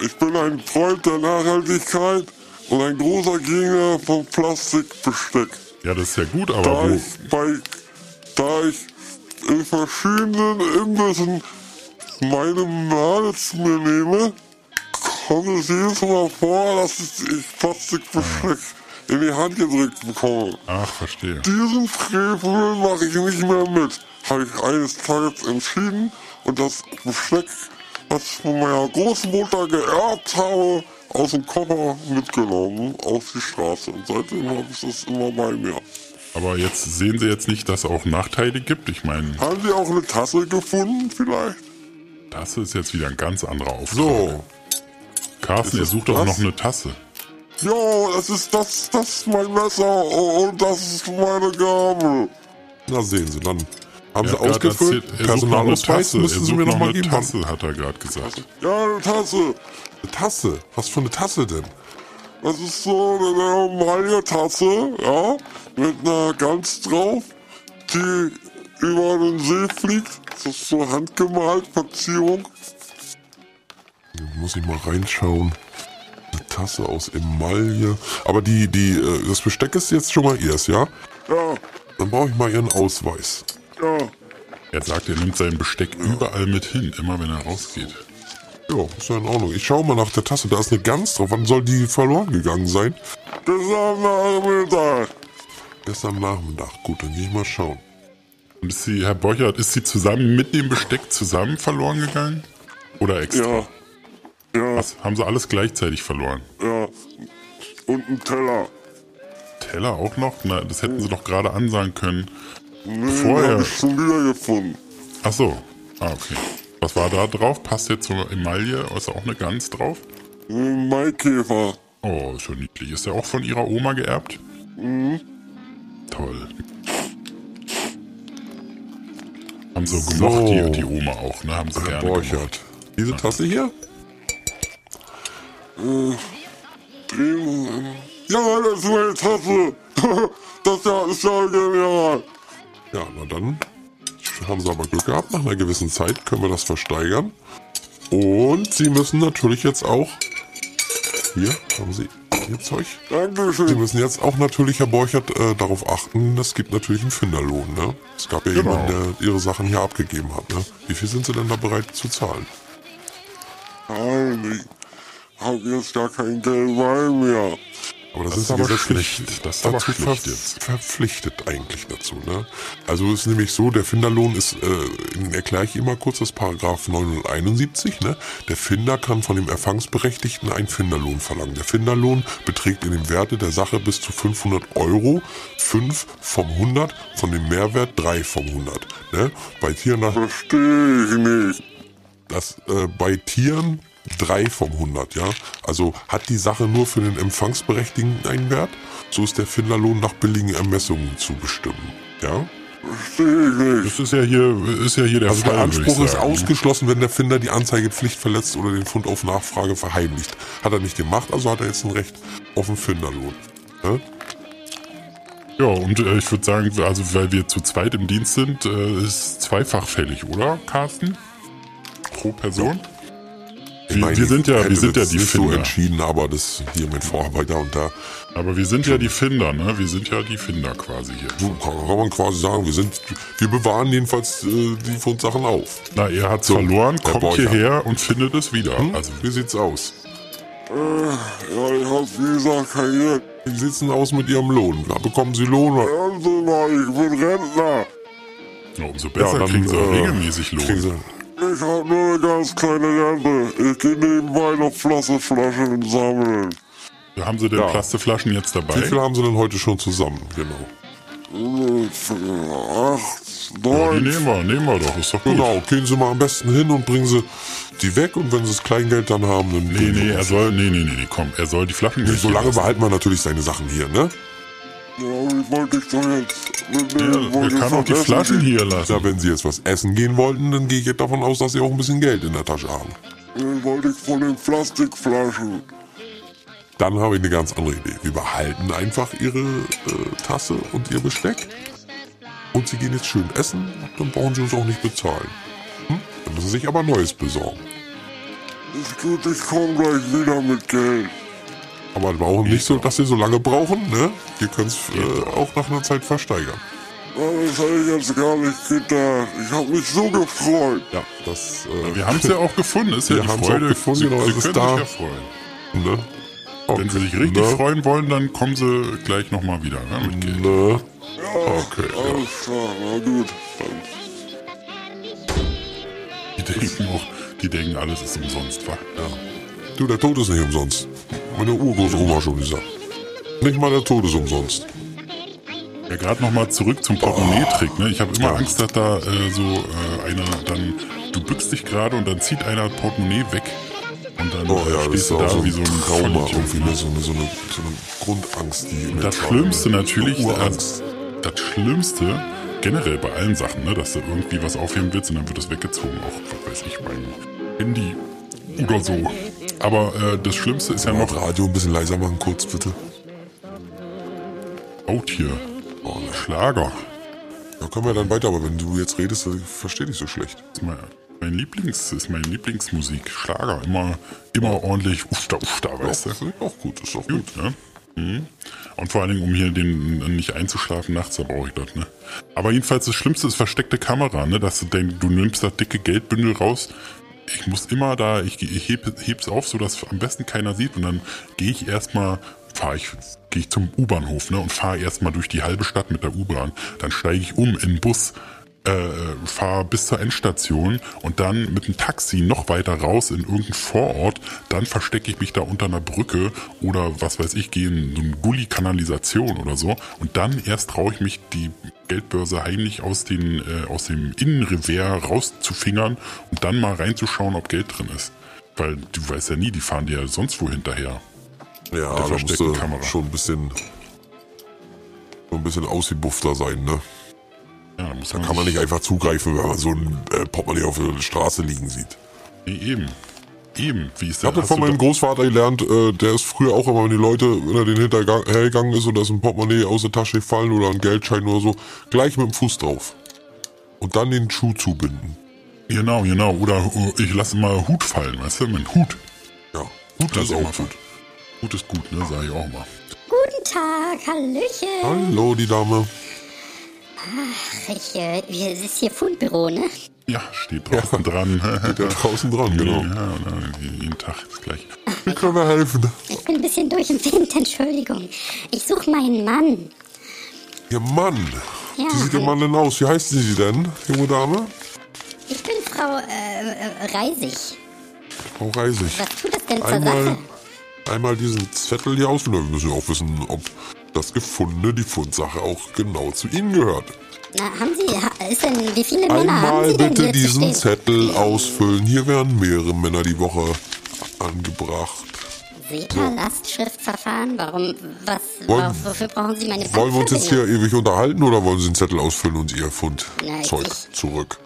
[SPEAKER 6] Ich bin ein Freund der Nachhaltigkeit und ein großer Gegner von Plastikbesteck.
[SPEAKER 1] Ja, das ist ja gut, aber
[SPEAKER 6] Da
[SPEAKER 1] wo?
[SPEAKER 6] ich bei, da ich in verschiedenen Imbissen meine Male zu mir nehme, kommt es jedes Mal vor, dass ich, ich Plastikbesteck in die Hand gedrückt bekomme.
[SPEAKER 1] Ach, verstehe.
[SPEAKER 6] Diesen Frevel mache ich nicht mehr mit. Habe ich eines Tages entschieden und das Besteck, was ich von meiner Großmutter geerbt habe, aus dem Koffer mitgenommen auf die Straße. Und seitdem habe ich das immer bei mir.
[SPEAKER 1] Aber jetzt sehen Sie jetzt nicht, dass es auch Nachteile gibt. Ich meine,
[SPEAKER 6] Haben Sie auch eine Tasse gefunden vielleicht?
[SPEAKER 1] das ist jetzt wieder ein ganz anderer Auftrag.
[SPEAKER 2] So,
[SPEAKER 1] Carsten, ihr sucht doch
[SPEAKER 6] Was?
[SPEAKER 1] noch eine Tasse.
[SPEAKER 6] Jo, das ist das, das ist mein Messer und das ist meine Gabel.
[SPEAKER 2] na sehen Sie, dann haben Sie
[SPEAKER 1] Er hat gerade
[SPEAKER 2] ausgefüllt.
[SPEAKER 1] erzählt, er sucht noch eine
[SPEAKER 2] Personalausweis
[SPEAKER 1] Tasse. Er
[SPEAKER 2] müssen Sie
[SPEAKER 1] sucht
[SPEAKER 2] mir
[SPEAKER 1] noch
[SPEAKER 2] nochmal
[SPEAKER 1] eine
[SPEAKER 2] geben.
[SPEAKER 1] Tasse, hat er gerade gesagt.
[SPEAKER 6] Ja, eine Tasse.
[SPEAKER 2] Eine Tasse? Was für eine Tasse denn?
[SPEAKER 6] Das ist so eine normale Tasse, ja, mit einer Gans drauf, die über den See fliegt. Das ist so handgemalt, Verzierung.
[SPEAKER 2] Muss ich mal reinschauen. Eine Tasse aus Emaille. Aber die, die, äh, das Besteck ist jetzt schon mal ihrs, ja?
[SPEAKER 6] Ja,
[SPEAKER 2] Dann brauche ich mal ihren Ausweis.
[SPEAKER 6] ja.
[SPEAKER 1] Er sagt, er nimmt sein Besteck überall mit hin, immer wenn er rausgeht.
[SPEAKER 2] Ja, ist ja in Ordnung. Ich schaue mal nach der Tasse. Da ist eine Gans drauf. Wann soll die verloren gegangen sein?
[SPEAKER 6] Das haben wir alle mit
[SPEAKER 2] Gestern Nachmittag. Gut, dann gehe ich mal schauen.
[SPEAKER 1] Und ist sie, Herr Borchert, ist sie zusammen mit dem Besteck zusammen verloren gegangen? Oder extra?
[SPEAKER 6] Ja, ja,
[SPEAKER 1] Was, haben sie alles gleichzeitig verloren?
[SPEAKER 6] ja. Und ein Teller.
[SPEAKER 1] Teller auch noch? Na, das hätten sie doch gerade ansagen können.
[SPEAKER 6] Nee, den
[SPEAKER 1] Vorher.
[SPEAKER 6] Hm, hab ich schon wieder gefunden.
[SPEAKER 1] Ach so. Ah, okay. Was war da drauf? Passt jetzt zur Emaille? Ist da auch eine Gans drauf?
[SPEAKER 6] Ein Hm, Maikäfer.
[SPEAKER 1] Oh, ist schon niedlich. Ist der auch von ihrer Oma geerbt? Mhm. Toll. Haben sie so. gemocht, die, die Oma auch, ne? Haben sie gerne gemocht.
[SPEAKER 2] Borchert. Diese Tasse hier? Äh,
[SPEAKER 6] Drehen. Ja, das ist meine
[SPEAKER 2] [LAUGHS]
[SPEAKER 6] Tasse. das ist ja, ist ja genial.
[SPEAKER 2] Ja, na dann haben sie aber Glück gehabt. Nach einer gewissen Zeit können wir das versteigern. Und sie müssen natürlich jetzt auch. Hier haben sie ihr Zeug. Sie
[SPEAKER 6] Dankeschön.
[SPEAKER 2] müssen jetzt auch natürlich, Herr Borchert, äh, darauf achten, es gibt natürlich einen Finderlohn. Ne? Es gab ja
[SPEAKER 1] Genau.
[SPEAKER 2] jemanden, der ihre Sachen hier abgegeben hat. Ne? Wie viel sind sie denn da bereit zu zahlen?
[SPEAKER 6] Nein, ich hab jetzt gar kein Geld bei mir.
[SPEAKER 2] Aber das,
[SPEAKER 1] Das
[SPEAKER 2] ist
[SPEAKER 1] ist aber
[SPEAKER 2] gesetzlich
[SPEAKER 1] schlecht. Das ist aber
[SPEAKER 2] dazu
[SPEAKER 1] schlecht
[SPEAKER 2] ver
[SPEAKER 1] jetzt.
[SPEAKER 2] verpflichtet eigentlich dazu. Ne? Also ist nämlich so, der Finderlohn ist, äh, erkläre ich immer kurz das Paragraph 971, ne? der Finder kann von dem Erfangsberechtigten einen Finderlohn verlangen. Der Finderlohn beträgt in dem Werte der Sache bis zu 500 Euro, 5 vom 100, von dem Mehrwert 3 vom 100. Ne? Bei Tieren nach
[SPEAKER 6] Verstehe ich nicht.
[SPEAKER 2] dass äh, bei Tieren 3 vom 100, ja. Also hat die Sache nur für den Empfangsberechtigten einen Wert, so ist der Finderlohn nach billigen Ermessungen zu bestimmen, ja.
[SPEAKER 6] Verstehe ich nicht.
[SPEAKER 1] Das ist ja hier, ist ja hier der
[SPEAKER 2] Also
[SPEAKER 1] Fall.
[SPEAKER 2] der Anspruch
[SPEAKER 1] würde ich
[SPEAKER 2] ist
[SPEAKER 1] sagen.
[SPEAKER 2] ausgeschlossen, wenn der Finder die Anzeigepflicht verletzt oder den Fund auf Nachfrage verheimlicht. Hat er nicht gemacht, also hat er jetzt ein Recht auf den Finderlohn. Ne?
[SPEAKER 1] Ja, und äh, ich würde sagen, also weil wir zu zweit im Dienst sind, äh, ist zweifach fällig, oder, Carsten? Pro Person?
[SPEAKER 2] Ich
[SPEAKER 1] Wir- wir sind ja-
[SPEAKER 2] hätte
[SPEAKER 1] wir sind ja
[SPEAKER 2] das
[SPEAKER 1] die
[SPEAKER 2] nicht so
[SPEAKER 1] Finder.
[SPEAKER 2] entschieden, aber das hier mit Vorarbeiter und da
[SPEAKER 1] Aber wir sind ja die Finder, ne? Wir sind ja die Finder quasi hier.
[SPEAKER 2] so kann, kann man quasi sagen, wir sind, wir bewahren jedenfalls äh, die Fundsachen auf.
[SPEAKER 1] Na, er hat's
[SPEAKER 2] So, äh,
[SPEAKER 1] verloren,
[SPEAKER 2] Herr
[SPEAKER 1] kommt
[SPEAKER 2] Borchert.
[SPEAKER 1] hierher und findet es wieder. Also,
[SPEAKER 2] Also, wie sieht's aus?
[SPEAKER 6] Ja, ich hab wie gesagt kein Geld.
[SPEAKER 2] Wie sieht's denn aus mit Ihrem Lohn? Da bekommen Sie Lohn oder?
[SPEAKER 6] Hören Sie mal, ich bin Rentner.
[SPEAKER 1] na, umso besser kriegen sie
[SPEAKER 2] äh,
[SPEAKER 1] regelmäßig
[SPEAKER 2] kriegen
[SPEAKER 1] Lohn.
[SPEAKER 2] Sie-
[SPEAKER 6] Ich hab nur eine ganz kleine Rente. Ich gehe nebenbei noch Pflanzenflaschen sammeln.
[SPEAKER 1] Da haben sie denn
[SPEAKER 2] Ja.
[SPEAKER 1] Plastikflaschen jetzt dabei?
[SPEAKER 2] Wie viel haben Sie denn heute schon zusammen? Genau.
[SPEAKER 6] Acht,
[SPEAKER 1] Ja, die
[SPEAKER 6] neun.
[SPEAKER 1] nehmen wir, nehmen wir doch, ist doch gut.
[SPEAKER 2] Genau, gehen Sie mal am besten hin und bringen Sie die weg und wenn Sie das Kleingeld dann haben, dann.
[SPEAKER 1] Nee, nee, er soll, nee, nee, nee, nee, komm, er soll die Flaschen nicht.
[SPEAKER 2] So lange
[SPEAKER 1] lassen.
[SPEAKER 2] behalten wir natürlich seine Sachen hier, ne?
[SPEAKER 6] Ja, wie wollte ich doch jetzt mitnehmen?
[SPEAKER 1] Er
[SPEAKER 6] Wollte ich
[SPEAKER 1] kann auch die
[SPEAKER 6] vergessen.
[SPEAKER 1] Flaschen hier lassen.
[SPEAKER 2] Ja, wenn Sie jetzt was essen gehen wollten, dann gehe ich jetzt davon aus, dass Sie auch ein bisschen Geld in der Tasche haben.
[SPEAKER 6] Den wollte ich von den Plastikflaschen.
[SPEAKER 2] Dann habe ich eine ganz andere Idee. Wir behalten einfach Ihre äh, Tasse und Ihr Besteck. Und Sie gehen jetzt schön essen, dann brauchen Sie uns auch nicht bezahlen. Hm? Dann müssen Sie sich aber Neues besorgen.
[SPEAKER 6] Ist gut, ich komme gleich wieder mit Geld.
[SPEAKER 2] Aber brauchen nicht so, dass sie so lange brauchen, ne? Ihr könnt es äh, auch nach einer Zeit versteigern.
[SPEAKER 6] Aber das habe ich jetzt gar nicht gedacht. Ich habe mich so gefreut.
[SPEAKER 2] Ja, das. Äh,
[SPEAKER 1] Wir haben es ja auch gefunden, ist ja
[SPEAKER 2] Wir
[SPEAKER 1] die
[SPEAKER 2] haben's
[SPEAKER 1] Freude.
[SPEAKER 2] auch gefunden,
[SPEAKER 1] sie,
[SPEAKER 2] genau,
[SPEAKER 1] sie
[SPEAKER 2] es ist
[SPEAKER 1] können
[SPEAKER 2] da.
[SPEAKER 1] sich ja freuen.
[SPEAKER 2] Ne? Okay,
[SPEAKER 1] Wenn sie sich richtig
[SPEAKER 2] ne?
[SPEAKER 1] freuen wollen, dann kommen sie gleich nochmal wieder. Ne, mit Geld.
[SPEAKER 2] Ne? Okay, ja.
[SPEAKER 6] Alles klar, na gut. Dann
[SPEAKER 1] Die denken auch, die denken, alles ist umsonst, wa?
[SPEAKER 2] Du, der Tod ist nicht umsonst. Meine Urgroßoma hat schon gesagt. Nicht mal der Tod ist umsonst.
[SPEAKER 1] Ja, gerade nochmal zurück zum Portemonnaie-Trick. Ne? Ich habe immer
[SPEAKER 2] Ja.
[SPEAKER 1] Angst, dass da äh, so äh, einer dann, du bückst dich gerade und dann zieht einer das Portemonnaie weg. Und dann
[SPEAKER 2] Oh
[SPEAKER 1] äh,
[SPEAKER 2] ja, das
[SPEAKER 1] stehst
[SPEAKER 2] ist
[SPEAKER 1] du
[SPEAKER 2] auch
[SPEAKER 1] da
[SPEAKER 2] so
[SPEAKER 1] wie so ein
[SPEAKER 2] Trauma
[SPEAKER 1] Vollidiot,
[SPEAKER 2] irgendwie, ne?
[SPEAKER 1] ne?
[SPEAKER 2] so, ne? eine, so, eine, so eine Grundangst, die
[SPEAKER 1] Und
[SPEAKER 2] mit
[SPEAKER 1] das
[SPEAKER 2] war.
[SPEAKER 1] Schlimmste natürlich, äh,
[SPEAKER 2] Eine
[SPEAKER 1] das,
[SPEAKER 2] Urangst.
[SPEAKER 1] das Schlimmste generell bei allen Sachen, ne, dass du irgendwie was aufheben willst und dann wird es weggezogen, auch, was weiß ich, beim Handy oder so. Aber äh, das Schlimmste ist ja
[SPEAKER 2] Noch
[SPEAKER 1] noch
[SPEAKER 2] Radio ein bisschen leiser machen, kurz bitte.
[SPEAKER 1] out hier. Oh,
[SPEAKER 2] ne.
[SPEAKER 1] der Schlager.
[SPEAKER 2] Da können wir dann weiter, aber wenn du jetzt redest, dann verstehe ich so schlecht.
[SPEAKER 1] Das ist mein, mein Lieblings, ist meine Lieblingsmusik. Schlager. Immer, immer ordentlich ufta ufta, weißt du?
[SPEAKER 2] Das ist auch gut, ist doch gut.
[SPEAKER 1] Gut, ne? Mhm. Und vor allen Dingen, um hier den nicht einzuschlafen nachts, da brauche ich das, ne? Aber jedenfalls das Schlimmste ist versteckte Kamera, ne? Dass du denkst, du nimmst das dicke Geldbündel raus. Ich muss immer da, ich, ich heb, heb's auf, so dass am besten keiner sieht und dann gehe ich erstmal, fahre ich, gehe ich zum U-Bahnhof, ne? Und fahre erstmal durch die halbe Stadt mit der U-Bahn. Dann steige ich um in den Bus, äh, fahre bis zur Endstation und dann mit dem Taxi noch weiter raus in irgendeinen Vorort, dann verstecke ich mich da unter einer Brücke oder was weiß ich, gehe in so eine Gully-Kanalisation oder so und dann erst traue ich mich, die Geldbörse heimlich aus, den, äh, aus dem Innenrevers rauszufingern und dann mal reinzuschauen, ob Geld drin ist. Weil du weißt ja nie, die fahren dir ja sonst wo hinterher.
[SPEAKER 2] Ja,
[SPEAKER 1] der
[SPEAKER 2] da musst
[SPEAKER 1] versteckten
[SPEAKER 2] du
[SPEAKER 1] Kamera.
[SPEAKER 2] schon ein bisschen, schon ein bisschen ausgebuffter sein, ne?
[SPEAKER 1] Ja, da muss
[SPEAKER 2] Da kann man nicht einfach zugreifen, wenn man so ein äh, Portemonnaie auf der Straße liegen sieht.
[SPEAKER 1] Nee, eben. Eben. Wie ist
[SPEAKER 2] Ich
[SPEAKER 1] denn-
[SPEAKER 2] habe das
[SPEAKER 1] hast
[SPEAKER 2] von
[SPEAKER 1] du
[SPEAKER 2] meinem Großvater gelernt, äh, der ist früher auch immer, wenn die Leute, wenn er den hintergang- hergegangen ist und da ist ein Portemonnaie aus der Tasche gefallen oder ein Geldschein oder so, gleich mit dem Fuß drauf. Und dann den Schuh zubinden.
[SPEAKER 1] Genau, genau. Oder äh, ich lasse mal Hut fallen, weißt du? Mein Hut.
[SPEAKER 2] Ja, gut, das
[SPEAKER 1] Lass
[SPEAKER 2] ist
[SPEAKER 1] ich
[SPEAKER 2] auch
[SPEAKER 1] mal
[SPEAKER 2] gut.
[SPEAKER 1] fallen. Gut ist gut, ne? Sag ich auch mal.
[SPEAKER 7] Guten Tag, Hallöchen.
[SPEAKER 2] Hallo, die Dame.
[SPEAKER 7] Ich, äh, wir- es ist hier Fundbüro, ne?
[SPEAKER 1] Ja, steht draußen dran. [LAUGHS]
[SPEAKER 2] Steht da draußen dran, genau.
[SPEAKER 1] Ja, oder? jeden Tag ist gleich.
[SPEAKER 2] Wie können wir helfen?
[SPEAKER 7] Ich bin ein bisschen durch im Wind, [LAUGHS] Entschuldigung. Ich suche meinen Mann.
[SPEAKER 2] Ihr Mann.
[SPEAKER 7] Ja,
[SPEAKER 2] Wie sieht Ihr
[SPEAKER 7] hallo.
[SPEAKER 2] Mann denn aus? Wie heißen Sie denn, junge Dame?
[SPEAKER 7] Ich bin Frau äh, äh, Reisig.
[SPEAKER 2] Frau Reisig.
[SPEAKER 7] Was tut das denn zur
[SPEAKER 2] Einmal,
[SPEAKER 7] Sache?
[SPEAKER 2] einmal diesen Zettel hier ausfüllen. Wir müssen ja auch wissen, ob das Gefundene, die Fundsache auch genau zu Ihnen gehört.
[SPEAKER 7] Na, haben Sie, ha- ist denn, wie viele Männer haben
[SPEAKER 2] Einmal
[SPEAKER 7] Sie denn
[SPEAKER 2] bitte
[SPEAKER 7] hier zu
[SPEAKER 2] diesen
[SPEAKER 7] stehen?
[SPEAKER 2] Zettel ausfüllen. Hier werden mehrere Männer die Woche angebracht.
[SPEAKER 7] SEPA-Lastschriftverfahren? Warum, was,
[SPEAKER 2] Wollen-
[SPEAKER 7] wa- wofür brauchen Sie meine
[SPEAKER 2] Wollen wir uns jetzt hier ewig unterhalten oder wollen Sie den Zettel ausfüllen und Ihr
[SPEAKER 7] Nein,
[SPEAKER 2] Fundzeug
[SPEAKER 7] ich-
[SPEAKER 2] zurück?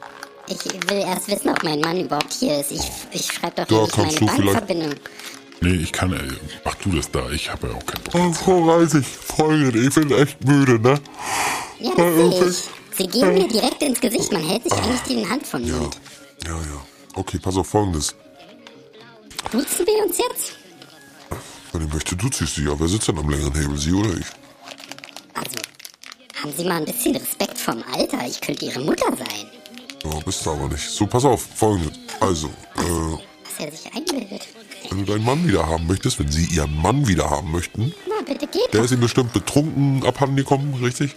[SPEAKER 7] Ich will erst wissen, ob mein Mann überhaupt hier ist. Ich, ich schreibe
[SPEAKER 2] Ja,
[SPEAKER 7] doch ja,
[SPEAKER 2] kannst
[SPEAKER 7] meine
[SPEAKER 2] du vielleicht-
[SPEAKER 7] Bankverbindung.
[SPEAKER 1] Nee, ich kann, äh, mach du das da. Ich habe ja auch keinen Bock.
[SPEAKER 2] Oh, Frau Reisig, Freundin, ich bin echt müde, ne?
[SPEAKER 7] Ja,
[SPEAKER 2] Ja,
[SPEAKER 7] das sehe
[SPEAKER 2] okay.
[SPEAKER 7] ich. Sie gehen mir direkt ins Gesicht. Man hält sich eigentlich die in Hand von
[SPEAKER 2] Ja,
[SPEAKER 7] mir.
[SPEAKER 2] ja, ja. Okay, pass auf Folgendes.
[SPEAKER 7] Duzen wir uns jetzt?
[SPEAKER 2] Wenn ich möchte, du ziehst sie ja. Wer sitzt denn am längeren Hebel, sie oder ich?
[SPEAKER 7] Also, haben Sie mal ein bisschen Respekt vom Alter. Ich könnte Ihre Mutter sein.
[SPEAKER 2] Ja, bist du aber nicht. So, pass auf, folgendes. Also, äh,
[SPEAKER 7] Was er sich einbildet.
[SPEAKER 2] wenn du deinen Mann wieder haben möchtest, wenn sie ihren Mann wieder haben möchten,
[SPEAKER 7] Na, bitte geht
[SPEAKER 2] der
[SPEAKER 7] doch.
[SPEAKER 2] ist ihm bestimmt betrunken abhanden gekommen, richtig?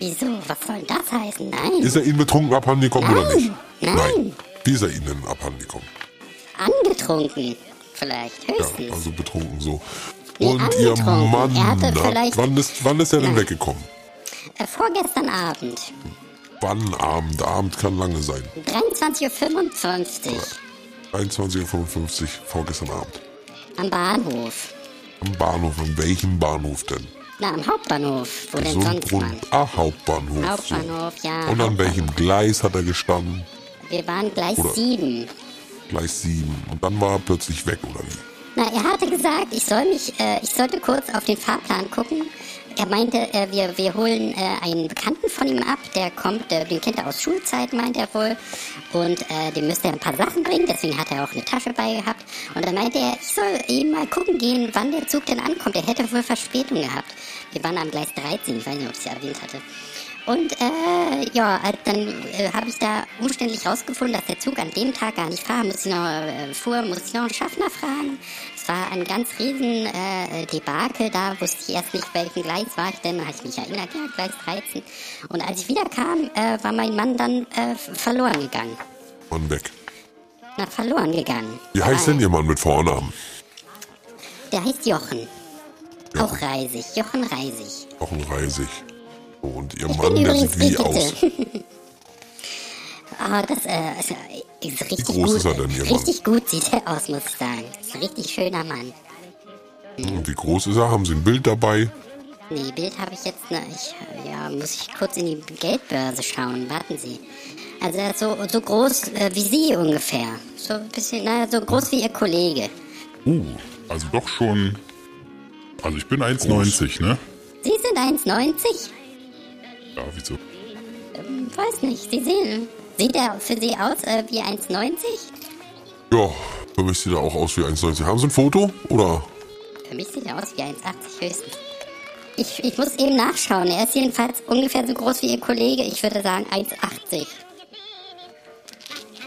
[SPEAKER 7] Wieso? Was soll denn das heißen? Nein.
[SPEAKER 2] Ist er ihnen betrunken abhanden gekommen oder
[SPEAKER 7] Nein,
[SPEAKER 2] nicht?
[SPEAKER 7] nein.
[SPEAKER 2] Wie ist er ihnen denn abhanden gekommen?
[SPEAKER 7] Angetrunken. Vielleicht.
[SPEAKER 2] Ja,
[SPEAKER 7] Höchstens.
[SPEAKER 2] also betrunken so.
[SPEAKER 7] Nee,
[SPEAKER 2] Und ihr
[SPEAKER 7] angetrunken.
[SPEAKER 2] Mann,
[SPEAKER 7] Er hatte
[SPEAKER 2] hat-
[SPEAKER 7] vielleicht-
[SPEAKER 2] wann ist, wann ist er denn
[SPEAKER 7] Nein.
[SPEAKER 2] weggekommen?
[SPEAKER 7] äh, vorgestern Abend.
[SPEAKER 2] Wann Abend? Abend kann lange sein.
[SPEAKER 7] 23.55 Uhr
[SPEAKER 2] 21.55 Uhr vorgestern Abend.
[SPEAKER 7] am Bahnhof.
[SPEAKER 2] Am Bahnhof. An welchem Bahnhof denn?
[SPEAKER 7] Na, am Hauptbahnhof. Wo denn sonst,
[SPEAKER 2] Gesundbrunnen.
[SPEAKER 7] Mann?
[SPEAKER 2] Ah, Hauptbahnhof.
[SPEAKER 7] Hauptbahnhof,
[SPEAKER 2] so.
[SPEAKER 7] ja.
[SPEAKER 2] Und an welchem Gleis hat er gestanden?
[SPEAKER 7] Wir waren gleich
[SPEAKER 2] Oder-
[SPEAKER 7] sieben.
[SPEAKER 2] Gleis 7. Und dann war er plötzlich weg, oder wie?
[SPEAKER 7] Na, er hatte gesagt, ich soll mich, äh, ich sollte kurz auf den Fahrplan gucken. Er meinte, äh, wir, wir holen äh, einen Bekannten von ihm ab, der kommt, äh, den kennt er aus Schulzeit, meint er wohl. Und äh, dem müsste er ein paar Sachen bringen, deswegen hat er auch eine Tasche bei gehabt. Und dann meinte er, ich soll eben mal gucken gehen, wann der Zug denn ankommt. Er hätte wohl Verspätung gehabt. Wir waren am Gleis 13, ich weiß nicht, ob ich es erwähnt hatte. Und äh, ja, äh, dann äh, habe ich da umständlich rausgefunden, dass der Zug an dem Tag gar nicht fahren muss. Ich noch, äh, fuhr, muss ich noch einen Schaffner fragen. Es war ein ganz riesen äh, Debakel da, wusste ich erst nicht, welchen Gleis war ich denn. Da habe ich mich erinnert, ja, Gleis 13. Und als ich wiederkam, äh, war mein Mann dann äh, f- verloren gegangen.
[SPEAKER 2] Mann weg.
[SPEAKER 7] Na, verloren gegangen.
[SPEAKER 2] Wie heißt denn
[SPEAKER 7] Weil
[SPEAKER 2] Ihr Mann mit Vornamen?
[SPEAKER 7] Der heißt Jochen. Auch Reisig, Jochen Reisig.
[SPEAKER 2] Auch ein Reisig. So, Und Ihr
[SPEAKER 7] Ich
[SPEAKER 2] Mann,
[SPEAKER 7] bin
[SPEAKER 2] der
[SPEAKER 7] übrigens
[SPEAKER 2] sieht wie
[SPEAKER 7] Brigitte.
[SPEAKER 2] aus? [LAUGHS]
[SPEAKER 7] Ah, das äh, ist, äh, ist richtig
[SPEAKER 2] groß
[SPEAKER 7] gut.
[SPEAKER 2] ist er denn, Ihr Mann?
[SPEAKER 7] richtig gut sieht er aus, muss ich sagen. Ist ein richtig schöner Mann.
[SPEAKER 2] Und Hm, wie groß ist er? Haben Sie ein Bild dabei?
[SPEAKER 7] Nee, Bild habe ich jetzt. Ne, ich, ja, muss ich kurz in die Geldbörse schauen. Warten Sie. Also er ist so, so groß äh, wie Sie ungefähr. So ein bisschen, naja, so groß wie Ihr Kollege.
[SPEAKER 1] Uh, also doch schon. Also ich bin 1,90, ne?
[SPEAKER 7] Sie sind 1,90?
[SPEAKER 1] Ja, wieso?
[SPEAKER 7] Ähm, weiß nicht, Sie sehen. Sieht er für Sie aus äh, wie 1,90?
[SPEAKER 2] Ja, für mich sieht er auch aus wie 1,90. Haben Sie ein Foto? Oder?
[SPEAKER 7] Für mich sieht er aus wie 1,80 höchstens. Ich, ich muss eben nachschauen. Er ist jedenfalls ungefähr so groß wie Ihr Kollege. Ich würde sagen 1,80.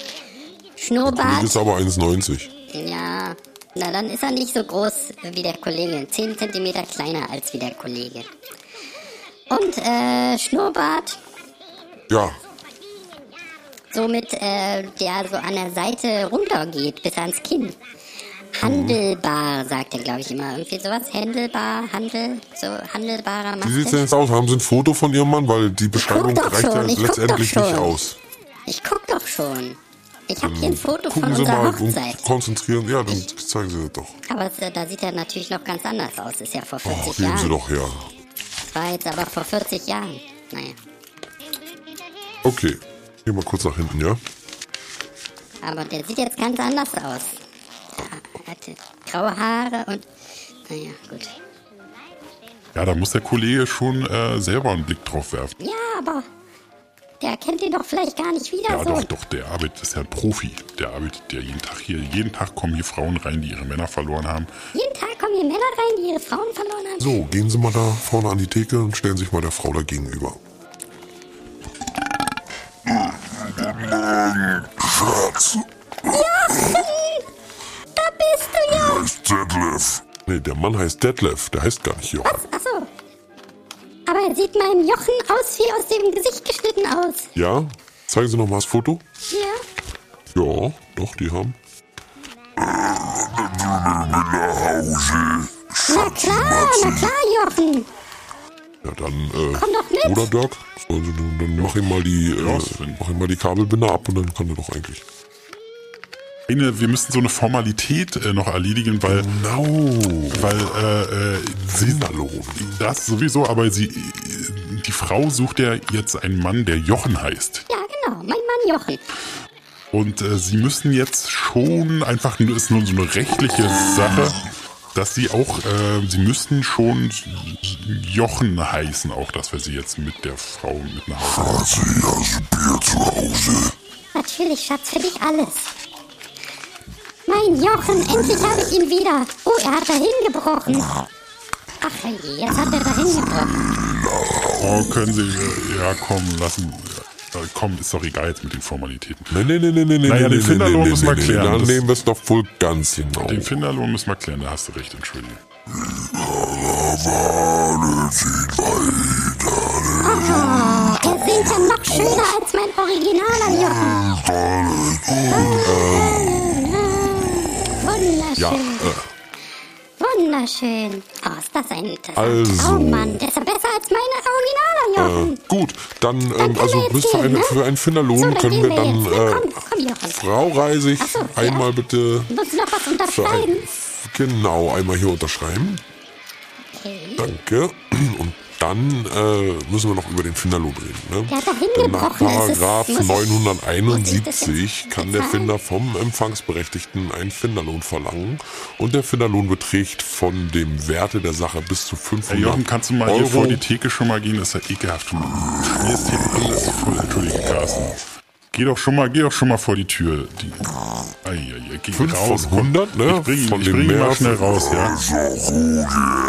[SPEAKER 2] Kollege
[SPEAKER 7] Schnurrbart.
[SPEAKER 2] ist aber 1,90.
[SPEAKER 7] Ja, na dann ist er nicht so groß wie der Kollege. 10 Zentimeter kleiner als wie der Kollege. Und äh, Schnurrbart,
[SPEAKER 2] Ja,
[SPEAKER 7] somit äh, der so an der Seite runtergeht bis ans Kinn. Handelbar, sagt er, glaube ich, immer. Irgendwie sowas. Handelbar, Handel, so handelbarer
[SPEAKER 2] wie sieht's
[SPEAKER 7] Maske.
[SPEAKER 2] denn jetzt aus? Haben Sie ein Foto von Ihrem Mann? Weil die Beschreibung
[SPEAKER 7] doch
[SPEAKER 2] reicht ja
[SPEAKER 7] schon, ich guck
[SPEAKER 2] letztendlich
[SPEAKER 7] doch
[SPEAKER 2] nicht
[SPEAKER 7] schon.
[SPEAKER 2] aus.
[SPEAKER 7] Ich guck doch schon. Ich habe hier ein Foto von
[SPEAKER 2] Ähm, Gucken Sie mal
[SPEAKER 7] unserer
[SPEAKER 2] und
[SPEAKER 7] Hochzeit.
[SPEAKER 2] konzentrieren. Ja, dann zeigen Sie das doch.
[SPEAKER 7] Aber es, äh, da sieht er natürlich noch ganz anders aus. Ist ja vor 40
[SPEAKER 2] Och, geben Oh, Sie
[SPEAKER 7] Jahren.
[SPEAKER 2] doch her.
[SPEAKER 7] War jetzt aber vor 40 Jahren. Naja.
[SPEAKER 2] Okay, geh mal kurz nach hinten, ja?
[SPEAKER 7] Aber der sieht jetzt ganz anders aus. Er hatte graue Haare und. Naja, gut.
[SPEAKER 1] Ja, da muss der Kollege schon äh, selber einen Blick drauf werfen.
[SPEAKER 7] Ja, aber. Der kennt ihn doch vielleicht gar nicht wieder
[SPEAKER 1] Ja,
[SPEAKER 7] so.
[SPEAKER 1] doch, doch, der arbeitet, ist ja ein Profi. Der arbeitet ja jeden Tag hier. Jeden Tag kommen hier Frauen rein, die ihre Männer verloren haben.
[SPEAKER 7] Jeden Tag kommen hier Männer rein, die ihre Frauen verloren haben.
[SPEAKER 2] So, Oh, gehen Sie mal da vorne an die Theke und stellen sich mal der Frau da gegenüber.
[SPEAKER 6] Schatz,
[SPEAKER 7] Da bist du ja!
[SPEAKER 6] hier ist Detlef.
[SPEAKER 2] Nee, der Mann heißt Detlef, der heißt gar nicht Jochen.
[SPEAKER 7] Achso. Aber er sieht meinem Jochen aus wie aus dem Gesicht geschnitten aus.
[SPEAKER 2] Ja? Zeigen Sie noch mal das Foto?
[SPEAKER 7] Ja.
[SPEAKER 2] Ja, doch, die haben.
[SPEAKER 7] Na klar, na klar, Jochen.
[SPEAKER 2] Ja, dann, äh,
[SPEAKER 7] Komm doch mit.
[SPEAKER 2] oder Dirk, also, dann, dann mach ihm mal die, äh,
[SPEAKER 1] Rausfinden.
[SPEAKER 2] mach ihm mal die Kabelbinder ab und dann kann er doch eigentlich.
[SPEAKER 1] Eine, wir müssen so eine Formalität äh, noch erledigen, weil,
[SPEAKER 2] Genau.
[SPEAKER 1] weil äh, äh, sie,
[SPEAKER 2] Finderlohn.
[SPEAKER 1] das sowieso, aber sie, äh, die Frau sucht ja jetzt einen Mann, der Jochen heißt.
[SPEAKER 7] Ja, genau, mein Mann Jochen.
[SPEAKER 1] Und äh, sie müssen jetzt schon einfach, nur- ist nur so eine rechtliche Sache, dass sie auch, äh, sie müssten schon Jochen heißen, auch dass wir sie jetzt mit der Frau mit nach Hause
[SPEAKER 6] Hat sie
[SPEAKER 1] nehmen.
[SPEAKER 6] das Bier zu Hause?
[SPEAKER 7] Natürlich, Schatz, für dich alles. Mein Jochen, endlich habe ich ihn wieder. Oh, er hat dahin gebrochen. Ach, herrje, jetzt hat er dahin gebrochen.
[SPEAKER 1] Oh, können Sie, äh, ja komm, lassen, äh, komm, ist doch egal jetzt mit den Formalitäten.
[SPEAKER 2] Nee, nee, nee, nee, nee, nee,
[SPEAKER 1] Naja,
[SPEAKER 2] nee,
[SPEAKER 1] den
[SPEAKER 2] nee,
[SPEAKER 1] Finderlohn müssen wir klären.
[SPEAKER 2] Dann
[SPEAKER 1] Das-
[SPEAKER 2] nehmen wir es doch wohl ganz genau.
[SPEAKER 1] Den Finderlohn müssen wir klären, da hast du recht, entschuldige.
[SPEAKER 7] Er singt ja noch schöner als mein originaler Jochen. Ah, Wunderschön.
[SPEAKER 2] ja, äh,
[SPEAKER 7] Wunderschön. Oh, ist das ein, das ist
[SPEAKER 2] Also.
[SPEAKER 7] ein Traummann. Der ist ja besser als mein originaler Jochen.
[SPEAKER 2] äh, gut, dann,
[SPEAKER 7] können
[SPEAKER 2] ähm,
[SPEAKER 7] wir
[SPEAKER 2] also
[SPEAKER 7] jetzt
[SPEAKER 2] bis für,
[SPEAKER 7] gehen,
[SPEAKER 2] eine,
[SPEAKER 7] ne?
[SPEAKER 2] für einen Finderlohn
[SPEAKER 7] So, dann
[SPEAKER 2] können
[SPEAKER 7] gehen
[SPEAKER 2] wir
[SPEAKER 7] wir
[SPEAKER 2] dann,
[SPEAKER 7] jetzt. Ja, komm,
[SPEAKER 2] äh,
[SPEAKER 7] komm, Jochen.
[SPEAKER 2] Frau Reisig,
[SPEAKER 7] Ach so, ja.
[SPEAKER 2] einmal bitte
[SPEAKER 7] Muss ich noch was
[SPEAKER 2] für ein,
[SPEAKER 7] unterschreiben?
[SPEAKER 2] genau, einmal hier unterschreiben.
[SPEAKER 7] Okay.
[SPEAKER 2] Danke. [CLEARS THROAT] Und Dann äh, müssen wir noch über den Finderlohn reden. Ne?
[SPEAKER 7] Der hat da
[SPEAKER 2] Denn nach
[SPEAKER 7] hingebrochen. Es ist-
[SPEAKER 2] Paragraph
[SPEAKER 7] muss ich- muss ich das
[SPEAKER 2] 971
[SPEAKER 7] jetzt
[SPEAKER 2] kann der
[SPEAKER 7] bezahlen?
[SPEAKER 2] Finder vom Empfangsberechtigten einen Finderlohn verlangen und der Finderlohn beträgt von dem Werte der Sache bis zu 500
[SPEAKER 1] Hey Jochen, kannst du mal
[SPEAKER 2] Genau. Euro.
[SPEAKER 1] hier vor die Theke schon mal gehen? Das ist ja ekelhaft. Hier ist hier alles voll. Entschuldige, Carsten. Geh doch schon mal, geh doch schon mal vor die Tür. Die, ei, ei, ei, geh
[SPEAKER 2] Fünf
[SPEAKER 1] raus.
[SPEAKER 2] von
[SPEAKER 1] komm.
[SPEAKER 2] 100, ne?
[SPEAKER 1] Ich bring, ihn-
[SPEAKER 2] Von
[SPEAKER 1] ich
[SPEAKER 2] dem
[SPEAKER 1] bring ihn mal
[SPEAKER 2] Nerv.
[SPEAKER 1] schnell raus, ja?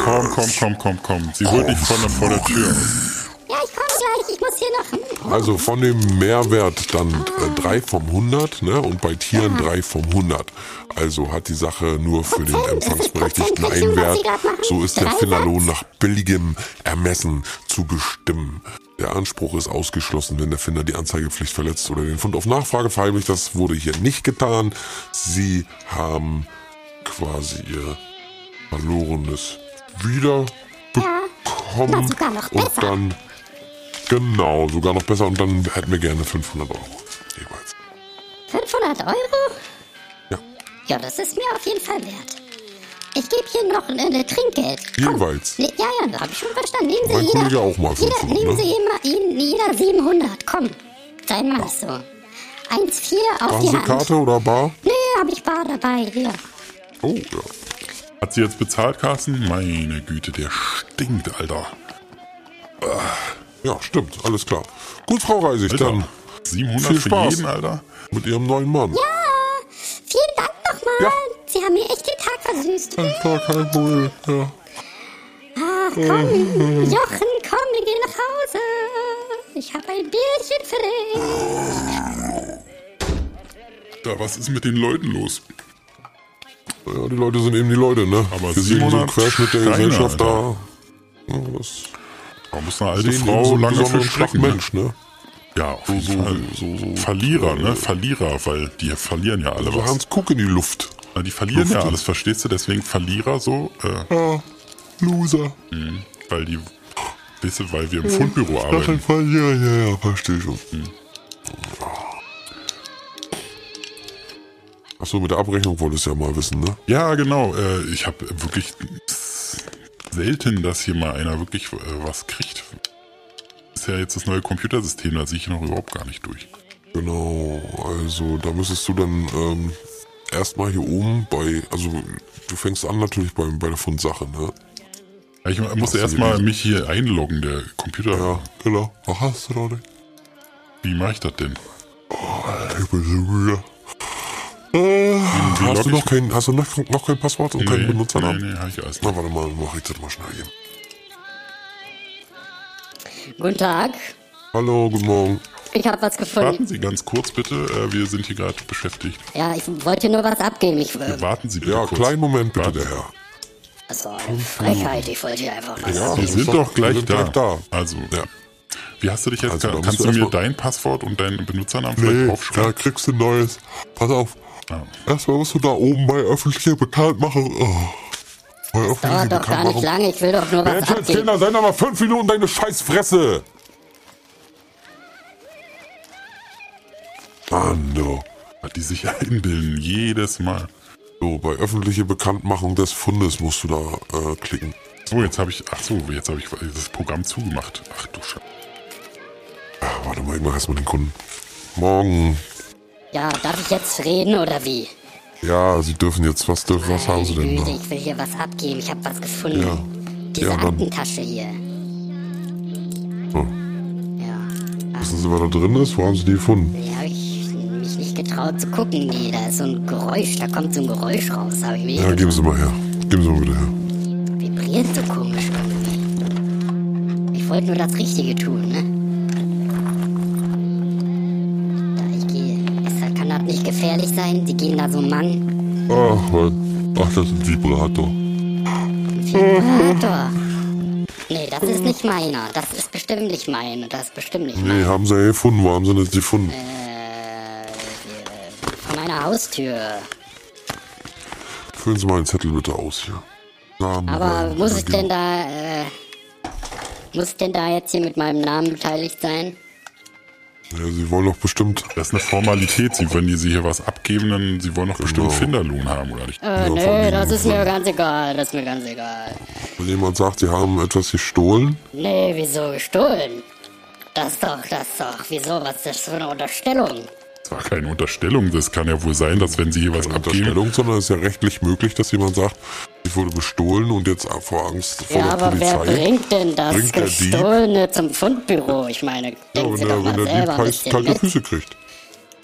[SPEAKER 1] Komm, komm, komm, komm, komm. Sie holt dich vor der, vor der Tür.
[SPEAKER 7] Ja, ich komme gleich. Ich muss hier noch.
[SPEAKER 2] Also von dem Mehrwert dann äh, 3 vom 100 ne? und bei Tieren 3 vom 100. Also hat die Sache nur für den
[SPEAKER 7] Prozent,
[SPEAKER 2] Empfangsberechtigten
[SPEAKER 7] das ist
[SPEAKER 2] einen
[SPEAKER 7] Prozent, was
[SPEAKER 2] Wert.
[SPEAKER 7] Sie grad machen.
[SPEAKER 2] So ist der
[SPEAKER 7] Drei
[SPEAKER 2] Finderlohn nach billigem Ermessen zu bestimmen. Der Anspruch ist ausgeschlossen, wenn der Finder die Anzeigepflicht verletzt oder den Fund auf Nachfrage verheimlicht. Das wurde hier nicht getan. Sie haben quasi ihr verlorenes wieder bekommen.
[SPEAKER 7] Na, sogar noch
[SPEAKER 2] und
[SPEAKER 7] besser.
[SPEAKER 2] dann Genau, sogar noch besser. Und dann hätten wir gerne 500 Euro jeweils.
[SPEAKER 7] 500 Euro?
[SPEAKER 2] Ja,
[SPEAKER 7] Ja, das ist mir auf jeden Fall wert. Ich gebe hier noch ein äh, Trinkgeld.
[SPEAKER 2] jeweils.
[SPEAKER 7] Ne, ja, ja, da habe ich schon verstanden. Nehmen Sie
[SPEAKER 2] Mein
[SPEAKER 7] jeder,
[SPEAKER 2] Kollege auch mal
[SPEAKER 7] jeder,
[SPEAKER 2] 500,
[SPEAKER 7] nehmen
[SPEAKER 2] ne?
[SPEAKER 7] Sie jeder, jeden- jeder 700. Komm, sei mal nicht so. 1,4 auf
[SPEAKER 2] Haben
[SPEAKER 7] die
[SPEAKER 2] Sie
[SPEAKER 7] Hand.
[SPEAKER 2] Karte oder Bar?
[SPEAKER 7] Nee, habe ich Bar dabei. Hier.
[SPEAKER 2] Oh, ja.
[SPEAKER 1] Hat sie jetzt bezahlt, Carsten? Meine Güte, der stinkt, Alter.
[SPEAKER 2] Ja, stimmt, alles klar. Gut, Frau Reisig, dann
[SPEAKER 1] 700
[SPEAKER 2] viel
[SPEAKER 1] für
[SPEAKER 2] Spaß.
[SPEAKER 1] jeden, Alter.
[SPEAKER 2] mit Ihrem neuen Mann.
[SPEAKER 7] Ja, vielen Dank nochmal.
[SPEAKER 2] Ja.
[SPEAKER 7] Sie haben mir echt den Tag versüßt.
[SPEAKER 2] [LAUGHS] Alles klar, kein Problem. halt Ja.
[SPEAKER 7] Ach komm, Jochen, komm, wir gehen nach Hause. Ich habe ein Bierchen für dich.
[SPEAKER 1] Da, was ist mit den Leuten los?
[SPEAKER 2] ja, die Leute sind eben die Leute, ne?
[SPEAKER 1] Aber
[SPEAKER 2] Wir sehen so einen
[SPEAKER 1] 700
[SPEAKER 2] Querschnitt der
[SPEAKER 1] Steine,
[SPEAKER 2] Gesellschaft da. Ja, das
[SPEAKER 1] Da muss eine alte
[SPEAKER 2] sehen eben so
[SPEAKER 1] Frau
[SPEAKER 2] einen
[SPEAKER 1] lange für
[SPEAKER 2] besonderen
[SPEAKER 1] strecken. ne?
[SPEAKER 2] Mensch, ne?
[SPEAKER 1] Ja, auf jeden
[SPEAKER 2] so-
[SPEAKER 1] Fall.
[SPEAKER 2] so- so-
[SPEAKER 1] Verlierer, ne? Verlierer, weil die verlieren ja alle
[SPEAKER 2] So
[SPEAKER 1] was.
[SPEAKER 2] Hans Kuck in die Luft.
[SPEAKER 1] Na, die verlieren ja
[SPEAKER 2] Luft.
[SPEAKER 1] alles, verstehst du? Deswegen Verlierer so, äh,
[SPEAKER 2] Ja, Loser.
[SPEAKER 1] weil die, weißt du, weil wir im Fundbüro
[SPEAKER 2] Ach, ein
[SPEAKER 1] arbeiten.
[SPEAKER 2] Fall, ja, ja, ja, verstehe schon.
[SPEAKER 1] Hm.
[SPEAKER 2] Achso, mit der Abrechnung wolltest du ja mal wissen, ne?
[SPEAKER 1] Ja, genau. Äh, ich habe wirklich selten, dass hier mal einer wirklich äh, was kriegt. Ist ja jetzt das neue Computersystem, da sehe ich noch überhaupt gar nicht durch.
[SPEAKER 2] Genau, also da müsstest du dann ähm, erstmal hier oben bei, also du fängst an natürlich bei, bei der Fundsache, ne?
[SPEAKER 1] Ja, Ich muss
[SPEAKER 2] du
[SPEAKER 1] erstmal
[SPEAKER 2] gelesen?
[SPEAKER 1] mich hier einloggen, der Computer.
[SPEAKER 2] Ja, genau. Ach, hast du doch nicht.
[SPEAKER 1] Wie mache ich das denn?
[SPEAKER 2] Ich bin so müde. Äh,
[SPEAKER 1] log
[SPEAKER 2] hast du
[SPEAKER 1] ich-
[SPEAKER 2] noch kein, hast du noch, noch kein Passwort und keinen Benutzernamen?
[SPEAKER 1] nee, nee, hab ich alles.
[SPEAKER 2] Na, warte mal, mach ich das mal schnell eben.
[SPEAKER 3] Guten Tag.
[SPEAKER 2] Hallo, guten Morgen.
[SPEAKER 3] Ich habe was gefunden.
[SPEAKER 1] Warten Sie ganz kurz bitte, äh, wir sind hier gerade beschäftigt.
[SPEAKER 3] Ja, ich wollte nur was abgeben. Ich, äh,
[SPEAKER 1] Warten Sie bitte
[SPEAKER 2] Ja,
[SPEAKER 1] kurz.
[SPEAKER 2] kleinen Moment bitte,
[SPEAKER 1] Warten
[SPEAKER 2] der
[SPEAKER 1] Sie.
[SPEAKER 2] Herr.
[SPEAKER 3] also, eine Frechheit. Ich wollte hier einfach was.
[SPEAKER 2] Hm, Ja,
[SPEAKER 1] Wir
[SPEAKER 2] das
[SPEAKER 1] sind
[SPEAKER 2] ist
[SPEAKER 1] doch gleich
[SPEAKER 2] wir sind
[SPEAKER 1] da.
[SPEAKER 2] gleich da.
[SPEAKER 1] Also,
[SPEAKER 2] Ja.
[SPEAKER 1] wie hast du dich jetzt?
[SPEAKER 2] Also, da musst
[SPEAKER 1] kannst
[SPEAKER 2] du
[SPEAKER 1] du mir
[SPEAKER 2] erst mal-
[SPEAKER 1] dein Passwort und deinen Benutzernamen vielleicht
[SPEAKER 2] Nee, da
[SPEAKER 1] draufschreiben?
[SPEAKER 2] kriegst du ein neues. Pass auf.
[SPEAKER 1] Ah.
[SPEAKER 2] Erstmal musst du da oben bei öffentlicher Bekanntmachung. Oh. Bei öffentlicher
[SPEAKER 3] Dauert doch gar nicht
[SPEAKER 2] Bekanntmachung.
[SPEAKER 3] lange. Ich will doch nur was
[SPEAKER 2] Mensch, jetzt
[SPEAKER 3] abgeben.
[SPEAKER 2] Kinder, sei doch mal fünf Minuten deine Scheißfresse. Mann, du.
[SPEAKER 1] Hat die sich einbilden, jedes Mal.
[SPEAKER 2] So, bei öffentlicher Bekanntmachung des Fundes musst du da äh, klicken.
[SPEAKER 1] So, jetzt habe ich, ach so, jetzt habe ich das Programm zugemacht. Ach du Scheiße.
[SPEAKER 2] Ah, warte mal, ich mach erstmal den Kunden. Morgen.
[SPEAKER 3] Ja, darf ich jetzt reden oder wie?
[SPEAKER 2] Ja, sie dürfen jetzt, was dürfen, was haben sie denn
[SPEAKER 3] Güte,
[SPEAKER 2] da?
[SPEAKER 3] Äh, ich will hier was abgeben. Ich habe was gefunden.
[SPEAKER 2] Ja.
[SPEAKER 3] Diese
[SPEAKER 2] Ja, dann-
[SPEAKER 3] Aktentasche hier.
[SPEAKER 2] So.
[SPEAKER 3] Ja.
[SPEAKER 2] Wissen Sie, was da drin ist? Wo haben Sie die gefunden?
[SPEAKER 3] Nee, habe ich mich nicht getraut zu gucken. Nee, da ist so ein Geräusch, da kommt so ein Geräusch raus. Habe ich mir
[SPEAKER 2] Ja, geben Sie mal her. Geben Sie mal bitte her.
[SPEAKER 3] vibriert so komisch irgendwie. Ich wollte nur das Richtige tun, ne? Da ich gehe. Ist, kann das nicht gefährlich sein? Sie gehen da so Mann.
[SPEAKER 2] Ach, Mann. Ach, das ist ein Vibrator.
[SPEAKER 3] Vibrator. Nee, das ist nicht meiner. Das ist bestimmt nicht meiner. Das ist bestimmt nicht
[SPEAKER 2] Nee, haben sie ja gefunden. Wo haben sie das gefunden?
[SPEAKER 3] von meiner Haustür.
[SPEAKER 2] Füllen Sie mal den Zettel bitte aus hier. Namen
[SPEAKER 3] Aber
[SPEAKER 2] rein,
[SPEAKER 3] muss
[SPEAKER 2] äh,
[SPEAKER 3] ich denn da, äh, muss ich denn da jetzt hier mit meinem Namen beteiligt sein?
[SPEAKER 2] Ja, sie wollen doch bestimmt.
[SPEAKER 1] Das ist eine Formalität. Sie, wenn die sie hier was abgeben, dann sie wollen doch bestimmt Finderlohn haben, oder nicht?
[SPEAKER 2] Genau. Ja,
[SPEAKER 7] Äh,
[SPEAKER 2] von
[SPEAKER 7] nö,
[SPEAKER 2] wegen,
[SPEAKER 7] das ist
[SPEAKER 2] ja.
[SPEAKER 7] mir ganz egal, das ist mir ganz egal.
[SPEAKER 2] Wenn jemand sagt, sie haben etwas gestohlen,
[SPEAKER 7] Nee, wieso gestohlen? Das doch, das doch. Wieso, was ist das für eine Unterstellung?
[SPEAKER 1] Das war keine Unterstellung. Das kann ja wohl sein, dass wenn sie hier was
[SPEAKER 2] keine
[SPEAKER 1] abgeben.
[SPEAKER 2] Unterstellung, sondern es ist ja rechtlich möglich, dass jemand sagt, ich wurde bestohlen und jetzt vor Angst vor
[SPEAKER 7] Ja,
[SPEAKER 2] der
[SPEAKER 7] aber wer
[SPEAKER 2] Polizei.
[SPEAKER 7] bringt denn das
[SPEAKER 2] bringt der Dieb?
[SPEAKER 7] Gestohlene zum Fundbüro? Ich meine,
[SPEAKER 2] ja,
[SPEAKER 7] denken
[SPEAKER 2] wenn
[SPEAKER 7] Sie
[SPEAKER 2] der,
[SPEAKER 7] doch
[SPEAKER 2] wenn
[SPEAKER 7] mal
[SPEAKER 2] der Dieb
[SPEAKER 7] selber ein
[SPEAKER 2] heißt,
[SPEAKER 7] bisschen
[SPEAKER 2] kalte
[SPEAKER 7] mit.
[SPEAKER 2] Füße kriegt.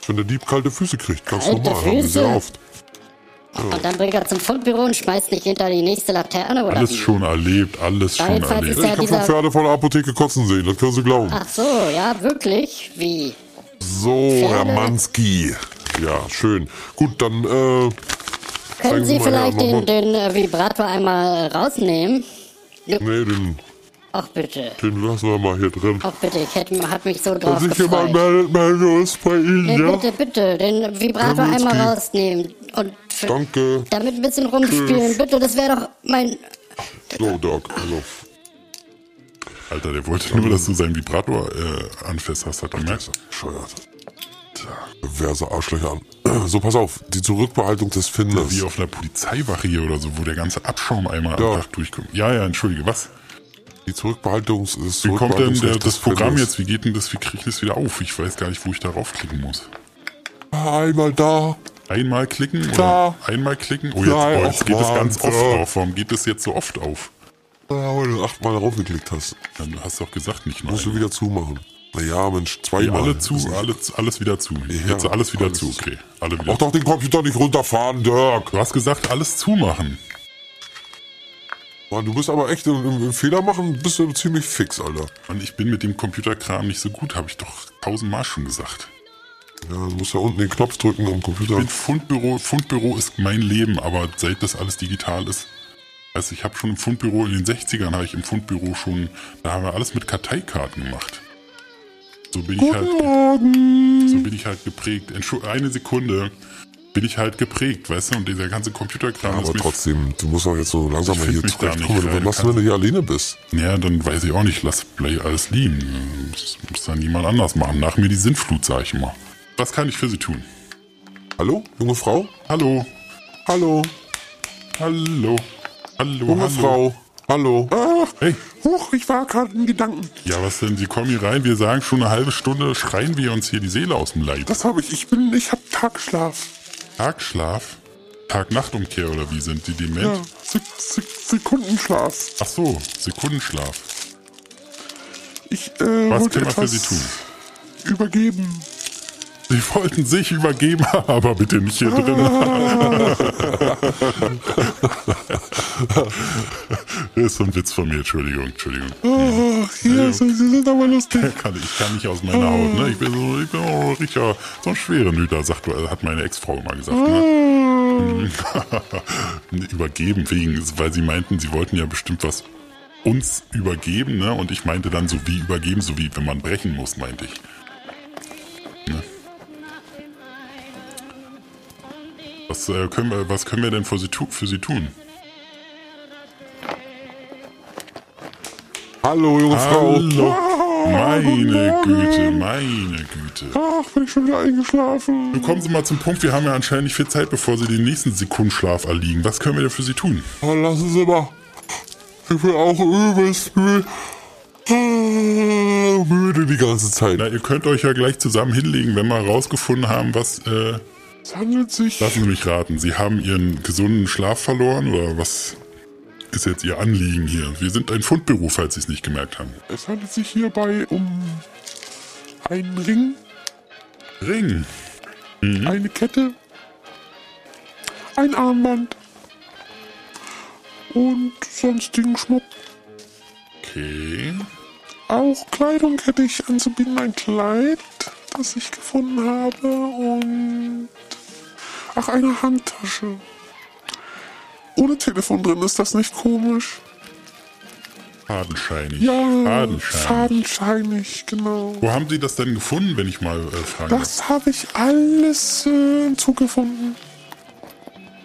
[SPEAKER 2] Wenn der Dieb kalte Füße kriegt, ganz
[SPEAKER 7] Kalte
[SPEAKER 2] normal, haben wir sehr
[SPEAKER 7] Füße?
[SPEAKER 2] oft.
[SPEAKER 7] Und dann bringt er zum Fundbüro und schmeißt nicht hinter die nächste Laterne oder
[SPEAKER 1] Alles
[SPEAKER 7] wie?
[SPEAKER 1] schon erlebt, alles schon
[SPEAKER 7] Jedenfalls
[SPEAKER 1] erlebt.
[SPEAKER 7] ist
[SPEAKER 2] Ja,
[SPEAKER 7] Ja,
[SPEAKER 2] ich habe
[SPEAKER 7] dieser- Ah,
[SPEAKER 2] schon Pferde vor der Apotheke kotzen sehen, das können Sie glauben.
[SPEAKER 7] Ach so, ja, wirklich? Wie?
[SPEAKER 2] So, Herr Manski. Ja, schön. Gut, dann, äh,
[SPEAKER 7] Können Sie
[SPEAKER 2] mal her,
[SPEAKER 7] vielleicht den,
[SPEAKER 2] Mama.
[SPEAKER 7] den äh, Vibrator einmal äh, rausnehmen?
[SPEAKER 2] nee, den,
[SPEAKER 7] Ach bitte,
[SPEAKER 2] den lassen wir mal hier drin.
[SPEAKER 7] ach bitte, ich hätte, hat mich so
[SPEAKER 2] Wenn
[SPEAKER 7] drauf
[SPEAKER 2] sich jemand
[SPEAKER 7] gefreut.
[SPEAKER 2] meldet, melden wir uns bei Ihnen,
[SPEAKER 7] Nee,
[SPEAKER 2] ja?
[SPEAKER 7] bitte, bitte, den Vibrator
[SPEAKER 2] Herr Wutzki.
[SPEAKER 7] einmal rausnehmen und f-
[SPEAKER 2] Danke.
[SPEAKER 7] damit ein bisschen rumspielen.
[SPEAKER 2] Tschüss.
[SPEAKER 7] Bitte, das wäre doch mein...
[SPEAKER 2] So, also, Doc, hallo.
[SPEAKER 1] Alter, der wollte nur, dass du seinen Vibrator äh, anfest hast, hat er gemerkt.
[SPEAKER 2] Bescheuert. Tja, Perverse Arschlöcher an. [CLEARS THROAT] So, pass auf, die Zurückbehaltung des
[SPEAKER 1] Wie
[SPEAKER 2] Finders.
[SPEAKER 1] auf einer Polizeiwache hier oder so, wo der ganze Abschaum einmal
[SPEAKER 2] Ja.
[SPEAKER 1] am Tag durchkommt. Ja, ja, entschuldige, was?
[SPEAKER 2] Die Zurückbehaltung des
[SPEAKER 1] Wie kommt denn der,
[SPEAKER 2] Zurückbehaltungsrecht
[SPEAKER 1] das
[SPEAKER 2] des
[SPEAKER 1] Programm
[SPEAKER 2] Finders.
[SPEAKER 1] jetzt? Wie geht denn das? Wie kriege ich das wieder auf? Ich weiß gar nicht, wo ich da raufklicken muss.
[SPEAKER 2] Einmal da.
[SPEAKER 1] Einmal klicken
[SPEAKER 2] Klar.
[SPEAKER 1] oder einmal klicken? Oh, jetzt,
[SPEAKER 2] Klar,
[SPEAKER 1] oh, jetzt
[SPEAKER 2] auch
[SPEAKER 1] geht es
[SPEAKER 2] wahr,
[SPEAKER 1] ganz oft
[SPEAKER 2] klar.
[SPEAKER 1] auf. Warum geht es jetzt so oft auf?
[SPEAKER 2] Ja, weil du achtmal darauf geklickt hast.
[SPEAKER 1] Dann hast du doch gesagt, nicht nur
[SPEAKER 2] Musst du
[SPEAKER 1] einmal.
[SPEAKER 2] wieder zumachen. Naja, Mensch,
[SPEAKER 1] Nee,
[SPEAKER 2] zweimal.
[SPEAKER 1] alle zu,
[SPEAKER 2] Ist nicht-
[SPEAKER 1] alle, alles wieder zu. jetzt alles wieder
[SPEAKER 2] alles
[SPEAKER 1] zu,
[SPEAKER 2] zu.
[SPEAKER 1] okay. Alle wieder
[SPEAKER 2] Mach doch den Computer nicht runterfahren, Dirk.
[SPEAKER 1] Du hast gesagt, alles zumachen.
[SPEAKER 2] Mann, du bist aber echt im, im, im Fehler machen, bist du ziemlich fix, Alter.
[SPEAKER 1] Und ich bin mit dem Computerkram nicht so gut, habe ich doch tausendmal schon gesagt.
[SPEAKER 2] Ja, du musst ja unten den Knopf drücken am Computer.
[SPEAKER 1] Mit Fundbüro, Fundbüro ist mein Leben, aber seit das alles digital ist. Also ich habe schon im Fundbüro, in den 60ern habe ich im Fundbüro schon, da haben wir alles mit Karteikarten gemacht. So bin ich halt. So bin ich halt geprägt. Entschu eine Sekunde bin ich halt geprägt, weißt du, und dieser ganze Computerkram ist
[SPEAKER 2] aber
[SPEAKER 1] mir.
[SPEAKER 2] trotzdem, du musst doch jetzt so langsam
[SPEAKER 1] Ich
[SPEAKER 2] mal
[SPEAKER 1] find
[SPEAKER 2] hier
[SPEAKER 1] mich da
[SPEAKER 2] zurechtkommen.
[SPEAKER 1] nicht,
[SPEAKER 2] Was,
[SPEAKER 1] Alter.
[SPEAKER 2] wenn du hier alleine bist?
[SPEAKER 1] Naja, dann weiß ich auch nicht, lass gleich alles liegen. Das muss dann niemand anders machen. Nach mir die Sintflut, sag ich immer. Was kann ich für Sie tun?
[SPEAKER 2] Hallo, junge Frau?
[SPEAKER 1] Hallo,
[SPEAKER 2] Hallo,
[SPEAKER 1] hallo, hallo,
[SPEAKER 2] junge
[SPEAKER 1] hallo.
[SPEAKER 2] Frau. Hallo. Ach,
[SPEAKER 1] Hey.
[SPEAKER 2] Huch, ich war gerade in Gedanken.
[SPEAKER 1] Ja, was denn? Sie kommen hier rein, wir sagen schon eine halbe Stunde, schreien wir uns hier die Seele aus dem Leib.
[SPEAKER 2] Das habe ich. Ich bin, ich habe Tagschlaf.
[SPEAKER 1] Tagschlaf? Tag-Nacht-Umkehr oder wie sind die dement?
[SPEAKER 2] Ja, Sek Sek Sekundenschlaf.
[SPEAKER 1] Ach so, Sekundenschlaf.
[SPEAKER 2] Ich äh,
[SPEAKER 1] Was
[SPEAKER 2] wollte
[SPEAKER 1] können wir für
[SPEAKER 2] etwas
[SPEAKER 1] Sie tun?
[SPEAKER 2] übergeben.
[SPEAKER 1] Sie wollten sich übergeben, [LAUGHS] aber bitte nicht hier drin.
[SPEAKER 2] Ah.
[SPEAKER 1] [LAUGHS] das ist so ein Witz von mir, Entschuldigung, Entschuldigung.
[SPEAKER 2] Ah. Ach, hier, Sie, Sie sind aber lustig.
[SPEAKER 1] [LAUGHS] Kann, ich kann nicht aus meiner Haut, ne? Ich bin so, ich bin auch ein richtiger, so ein schwerer Nüter, sagt, hat meine Ex-Frau immer gesagt, ne? [LAUGHS] übergeben wegen, weil sie meinten, sie wollten ja bestimmt was uns übergeben, ne? Und ich meinte dann so wie übergeben, so wie wenn man brechen muss, meinte ich. Ne? Was, äh, können wir, was können wir denn für sie, tu, für sie tun?
[SPEAKER 2] Hallo, junge
[SPEAKER 1] Hallo.
[SPEAKER 2] Frau.
[SPEAKER 1] Meine Güte, meine Güte.
[SPEAKER 2] Ach, bin ich schon wieder eingeschlafen.
[SPEAKER 1] Nun Kommen Sie mal zum Punkt, wir haben ja anscheinend nicht viel Zeit, bevor Sie den nächsten Sekundenschlaf erliegen. Was können wir denn für Sie tun?
[SPEAKER 2] Oh, lassen Sie mal. Ich bin auch übelst müde. Ah, Müde die ganze Zeit.
[SPEAKER 1] Na, ihr könnt euch ja gleich zusammen hinlegen, wenn wir herausgefunden haben, was, äh,
[SPEAKER 2] Es handelt sich.
[SPEAKER 1] lassen Sie mich raten, Sie haben Ihren gesunden Schlaf verloren oder was ist jetzt Ihr Anliegen hier? Wir sind ein Fundbüro, falls Sie es nicht gemerkt haben.
[SPEAKER 2] Es handelt sich hierbei um einen Ring,
[SPEAKER 1] Ring, Mhm.
[SPEAKER 2] eine Kette, ein Armband und sonstigen Schmuck.
[SPEAKER 1] okay.
[SPEAKER 2] Auch Kleidung hätte ich anzubieten, ein Kleid, das ich gefunden habe und ach eine Handtasche. Ohne Telefon drin ist das nicht komisch.
[SPEAKER 1] Fadenscheinig.
[SPEAKER 2] Ja,
[SPEAKER 1] Fadenscheinig.
[SPEAKER 2] fadenscheinig, genau.
[SPEAKER 1] Wo haben Sie das denn gefunden, wenn ich mal äh, fragen darf?
[SPEAKER 2] Das habe ich alles äh, im Zug gefunden.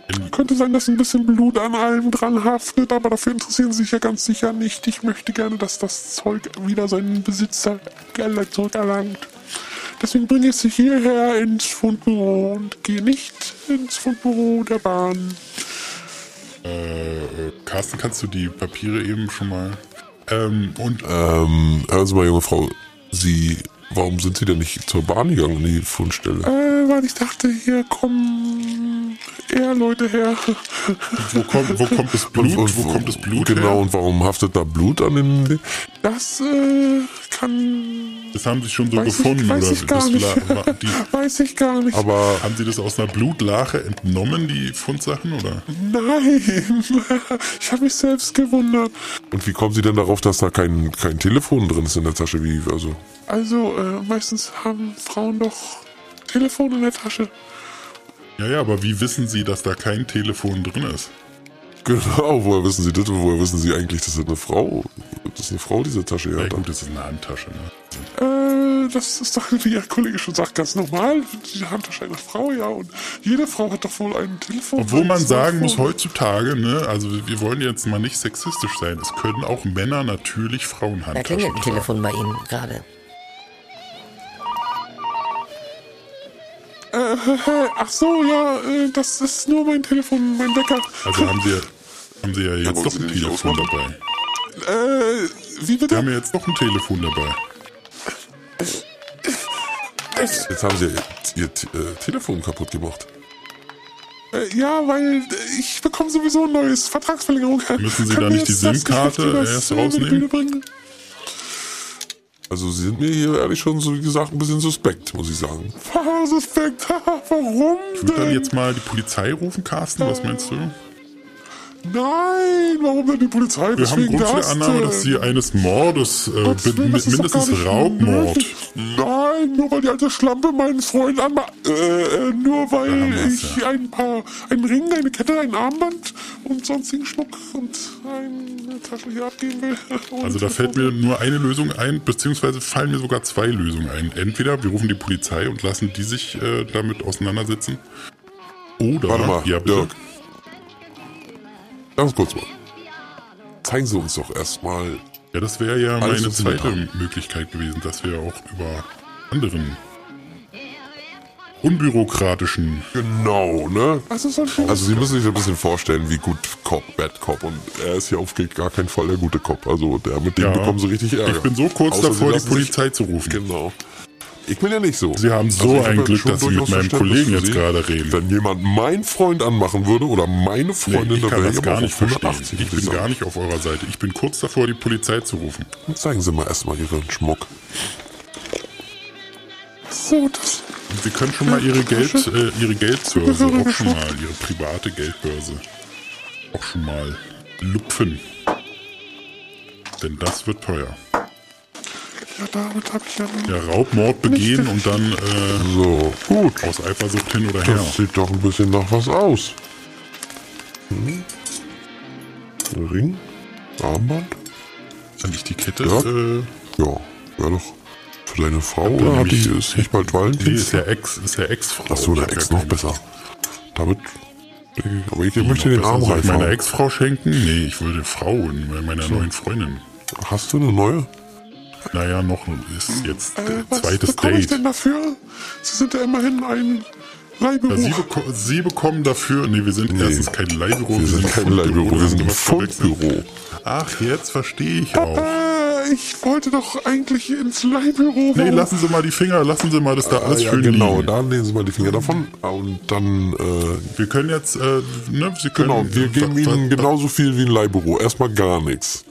[SPEAKER 1] In-
[SPEAKER 2] Könnte sein, dass ein bisschen Blut an allem dran haftet, aber dafür interessieren Sie sich ja ganz sicher nicht. Ich möchte gerne, dass das Zeug wieder seinen Besitzer erlangt- zurückerlangt. Deswegen bringe ich sie hierher ins Fundbüro und gehe nicht ins Fundbüro der Bahn.
[SPEAKER 1] Äh, äh, Carsten, kannst du die Papiere eben schon mal. Ähm, und
[SPEAKER 2] Ähm, hören Sie mal, junge Frau, Sie, warum sind Sie denn nicht zur Bahn gegangen in die Fundstelle? Äh, weil ich dachte, hier kommen eher Leute her.
[SPEAKER 1] wo kommt, wo kommt das Blut? wo kommt das Blut
[SPEAKER 2] Genau,
[SPEAKER 1] her?
[SPEAKER 2] und warum haftet da Blut an den... Das, äh, kann...
[SPEAKER 1] Das haben sie schon so
[SPEAKER 2] Weiß ich-
[SPEAKER 1] gefunden,
[SPEAKER 2] weiß
[SPEAKER 1] oder?
[SPEAKER 2] ich gar
[SPEAKER 1] das
[SPEAKER 2] nicht. [LAUGHS]
[SPEAKER 1] la- war- die,
[SPEAKER 2] Weiß ich gar nicht.
[SPEAKER 1] aber haben sie das aus einer Blutlache entnommen, die Fundsachen, oder?
[SPEAKER 2] Mhm. Nein, [LAUGHS] ich habe mich selbst gewundert. Und wie kommen Sie denn darauf, dass da kein, kein Telefon drin ist in der Tasche? Wie, also? Also, meistens haben Frauen doch Telefon in der Tasche.
[SPEAKER 1] Ja, ja, aber wie wissen sie, dass da kein Telefon drin ist?
[SPEAKER 2] Genau, woher wissen Sie das? Woher wissen Sie eigentlich, dass das eine Frau Das ist eine Frau, diese Tasche
[SPEAKER 1] Ja,
[SPEAKER 2] hier
[SPEAKER 1] gut, das ist eine Handtasche, ne?
[SPEAKER 2] Äh, das ist doch, [LAUGHS] wie Ihr Kollege schon sagt, ganz normal. Die Handtasche einer Frau, ja. Und jede Frau hat doch wohl ein Telefon.
[SPEAKER 1] Obwohl man sagen muss, heutzutage, ne, also wir wollen jetzt mal nicht sexistisch sein, es können auch Männer natürlich
[SPEAKER 8] Da
[SPEAKER 1] Frauenhandtaschen
[SPEAKER 8] klingelt ein
[SPEAKER 1] tragen.
[SPEAKER 8] Telefon bei Ihnen gerade.
[SPEAKER 2] Ach so, ja, äh, das ist nur mein Telefon, mein Wecker.
[SPEAKER 1] Also haben sie, haben sie ja jetzt
[SPEAKER 6] wollen
[SPEAKER 1] doch
[SPEAKER 6] Sie
[SPEAKER 1] ein
[SPEAKER 6] die nicht
[SPEAKER 1] Telefon
[SPEAKER 6] ausmachen?
[SPEAKER 1] dabei.
[SPEAKER 2] Äh, wie
[SPEAKER 1] Wir
[SPEAKER 2] bitte?
[SPEAKER 1] haben ja jetzt doch ein Telefon dabei.
[SPEAKER 2] Jetzt haben Sie Ihr, ihr T- äh, Telefon kaputt gemacht. Äh, ja, weil ich bekomme sowieso ein neues Vertragsverlängerung. Äh,
[SPEAKER 1] Müssen Sie Kann da mir nicht die jetzt das SIM-Karte Geschäft übers- erst über die rausnehmen? Bühne
[SPEAKER 2] Also Sie sind mir hier ehrlich schon, so wie gesagt, ein bisschen suspekt, muss ich sagen. suspekt? Warum
[SPEAKER 1] Ich würde dann jetzt mal die Polizei rufen, Carsten, was meinst du?
[SPEAKER 2] Nein, warum denn die Polizei?
[SPEAKER 1] Wir haben Grund für die Annahme, dass sie eines Mordes, äh,
[SPEAKER 2] Gottes
[SPEAKER 1] bin-
[SPEAKER 2] Willen, das ist doch gar
[SPEAKER 1] mindestens
[SPEAKER 2] nicht
[SPEAKER 1] Raubmord.
[SPEAKER 2] möglich. Nein, nur weil die alte Schlampe meinen Freund anma... Äh, äh, nur
[SPEAKER 1] haben
[SPEAKER 2] weil
[SPEAKER 1] wir's,
[SPEAKER 2] ich
[SPEAKER 1] ja.
[SPEAKER 2] ein paar... Ein Ring, eine Kette, ein Armband und sonstigen Schmuck und eine Tasche hier abgeben will. [LAUGHS] Und
[SPEAKER 1] Also da fällt mir nur eine Lösung ein, beziehungsweise fallen mir sogar zwei Lösungen ein. Entweder wir rufen die Polizei und lassen die sich äh, damit auseinandersetzen. Oder
[SPEAKER 2] Warte mal,
[SPEAKER 1] ja, bitte.
[SPEAKER 2] Dirk. Ganz kurz mal. Zeigen Sie uns doch erstmal...
[SPEAKER 1] Ja, das wäre ja
[SPEAKER 2] Alles,
[SPEAKER 1] meine
[SPEAKER 2] was wir
[SPEAKER 1] zweite Möglichkeit gewesen, dass wir auch über anderen unbürokratischen.
[SPEAKER 2] Genau, ne? Also Sie müssen sich ein bisschen vorstellen, wie gut Cop, Bad Cop und er ist hier auf gar keinen Fall der gute Cop. Also der mit dem
[SPEAKER 1] Ja.
[SPEAKER 2] bekommen Sie richtig Ärger.
[SPEAKER 1] Ich bin so kurz
[SPEAKER 2] Außer Sie
[SPEAKER 1] davor, die
[SPEAKER 2] lassen sich-
[SPEAKER 1] Polizei zu rufen.
[SPEAKER 2] Genau. Ich bin ja nicht so.
[SPEAKER 1] Sie haben so
[SPEAKER 2] Also ich hab
[SPEAKER 1] ein
[SPEAKER 2] ja
[SPEAKER 1] Glück,
[SPEAKER 2] schon
[SPEAKER 1] dass Sie mit
[SPEAKER 2] durchaus
[SPEAKER 1] meinem
[SPEAKER 2] Verständnis
[SPEAKER 1] Kollegen
[SPEAKER 2] für
[SPEAKER 1] jetzt
[SPEAKER 2] Sie.
[SPEAKER 1] gerade reden.
[SPEAKER 2] Wenn jemand meinen Freund anmachen würde oder meine Freundin,
[SPEAKER 1] Nee, ich
[SPEAKER 2] dann
[SPEAKER 1] kann
[SPEAKER 2] wäre
[SPEAKER 1] das
[SPEAKER 2] aber
[SPEAKER 1] gar
[SPEAKER 2] auf
[SPEAKER 1] nicht verstehen.
[SPEAKER 2] 180,
[SPEAKER 1] Ich
[SPEAKER 2] würde
[SPEAKER 1] bin
[SPEAKER 2] sagen.
[SPEAKER 1] gar nicht auf eurer Seite. Ich bin kurz davor, die Polizei zu rufen.
[SPEAKER 2] Zeigen Sie mal erstmal Ihren Schmuck. So, das
[SPEAKER 1] Und Sie können schon mal Ihre, Geld, äh, ihre Geldbörse, auch schon mal, Ihre private Geldbörse, auch schon mal lupfen. Denn das wird teuer.
[SPEAKER 2] ja, damit habe ich ja
[SPEAKER 1] Ja, Raubmord begehen und dann äh,
[SPEAKER 2] So, gut.
[SPEAKER 1] aus Eifersucht hin oder her.
[SPEAKER 2] Das sieht doch ein bisschen nach was aus. Hm. Ring? Armband?
[SPEAKER 1] Wenn ich die Kette,
[SPEAKER 2] Ja.
[SPEAKER 1] äh,
[SPEAKER 2] Ja, wäre doch für deine Frau
[SPEAKER 1] Ja,
[SPEAKER 2] oder hat
[SPEAKER 1] nämlich-
[SPEAKER 2] die ist nicht bald
[SPEAKER 1] nee, ist
[SPEAKER 2] Valentinstag?
[SPEAKER 1] ja Ex, ist ja Ex-Frau.
[SPEAKER 2] Achso, der
[SPEAKER 1] Ich hab
[SPEAKER 2] Ex
[SPEAKER 1] ja
[SPEAKER 2] noch
[SPEAKER 1] keine-
[SPEAKER 2] besser. Damit. Aber ich
[SPEAKER 1] Noch
[SPEAKER 2] möchte den
[SPEAKER 1] besser.
[SPEAKER 2] Arm
[SPEAKER 1] Soll ich
[SPEAKER 2] reifen.
[SPEAKER 1] meiner Ex-Frau schenken? Nee, ich würde Frauen, äh, meiner neuen Freundin.
[SPEAKER 2] Hast du eine neue?
[SPEAKER 1] Naja, noch ist jetzt äh,
[SPEAKER 2] was
[SPEAKER 1] zweites
[SPEAKER 2] bekomme ich
[SPEAKER 1] Date.
[SPEAKER 2] denn dafür? Sie sind ja immerhin ein Leihberuf.
[SPEAKER 1] Ja, Sie, beko Sie bekommen dafür, nee, wir sind erstens kein Leihbüro,
[SPEAKER 2] wir sind
[SPEAKER 1] ein
[SPEAKER 2] kein
[SPEAKER 1] Fundbüro,
[SPEAKER 2] Leihbüro,
[SPEAKER 1] da
[SPEAKER 2] wir
[SPEAKER 1] haben
[SPEAKER 2] sind
[SPEAKER 1] Sie
[SPEAKER 2] ein
[SPEAKER 1] was verwechselt.
[SPEAKER 2] Fundbüro.
[SPEAKER 1] Ach, jetzt verstehe ich auch.
[SPEAKER 2] Äh, ich wollte doch eigentlich ins Leihbüro.
[SPEAKER 1] Nee,
[SPEAKER 2] Warum-
[SPEAKER 1] lassen Sie mal die Finger, lassen Sie mal das da alles
[SPEAKER 2] Ah, ja,
[SPEAKER 1] schön
[SPEAKER 2] genau,
[SPEAKER 1] liegen.
[SPEAKER 2] da nehmen Sie mal die Finger davon und dann, äh,
[SPEAKER 1] Wir können jetzt, äh, ne, Sie können...
[SPEAKER 2] genau, wir geben
[SPEAKER 1] wa- wa-
[SPEAKER 2] Ihnen genauso viel wie ein Leihbüro. Erstmal gar nichts.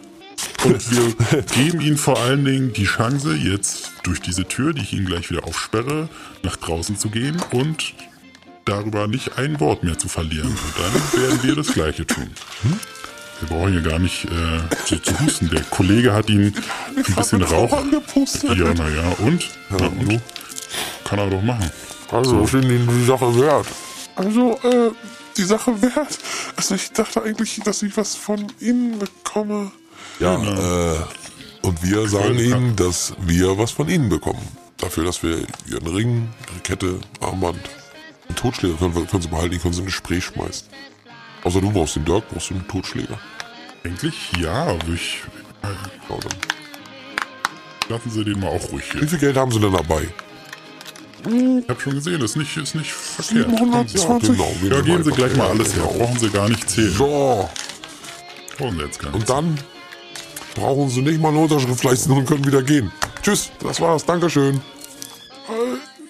[SPEAKER 1] [LAUGHS] Und wir geben Ihnen vor allen Dingen die Chance, jetzt durch diese Tür, die ich Ihnen gleich wieder aufsperre, nach draußen zu gehen und darüber nicht ein Wort mehr zu verlieren. Und dann werden wir das Gleiche tun. Wir brauchen hier gar nicht äh, so zu husten. Der Kollege hat Ihnen ein bisschen Rauch.
[SPEAKER 2] angepustet.
[SPEAKER 1] Ja, naja, und? Na, und? Kann er doch machen.
[SPEAKER 2] Also, ich finde Ihnen die Sache wert. Also, äh, die Sache wert. Also, ich dachte eigentlich, dass ich was von Ihnen bekomme. Ja, äh, und wir sagen Ihnen, dass wir was von Ihnen bekommen. Dafür, dass wir Ihren Ring, Ihre Kette, Armband, einen Totschläger können, wir- können Sie behalten, den können Sie in ein Spray schmeißen. Außer du brauchst den Dirk, brauchst du einen Totschläger.
[SPEAKER 1] Eigentlich ja, aber ich. äh,
[SPEAKER 2] Ja, dann.
[SPEAKER 1] Lassen Sie den mal auch ruhig
[SPEAKER 2] Genau. Wie
[SPEAKER 1] hier.
[SPEAKER 2] viel Geld haben Sie denn dabei?
[SPEAKER 1] Ich habe schon gesehen, ist nicht, ist nicht verkehrt.
[SPEAKER 2] 720.
[SPEAKER 1] Ja, genau. Ja, gehen Sie gleich mal alles her.
[SPEAKER 2] drauf.
[SPEAKER 1] Brauchen Sie gar nicht zählen.
[SPEAKER 2] So,
[SPEAKER 1] Brauchen Sie jetzt gar nicht.
[SPEAKER 2] und dann brauchen sie nicht mal eine Unterschrift leisten und können wieder gehen. Tschüss, das war's, Dankeschön. Äh,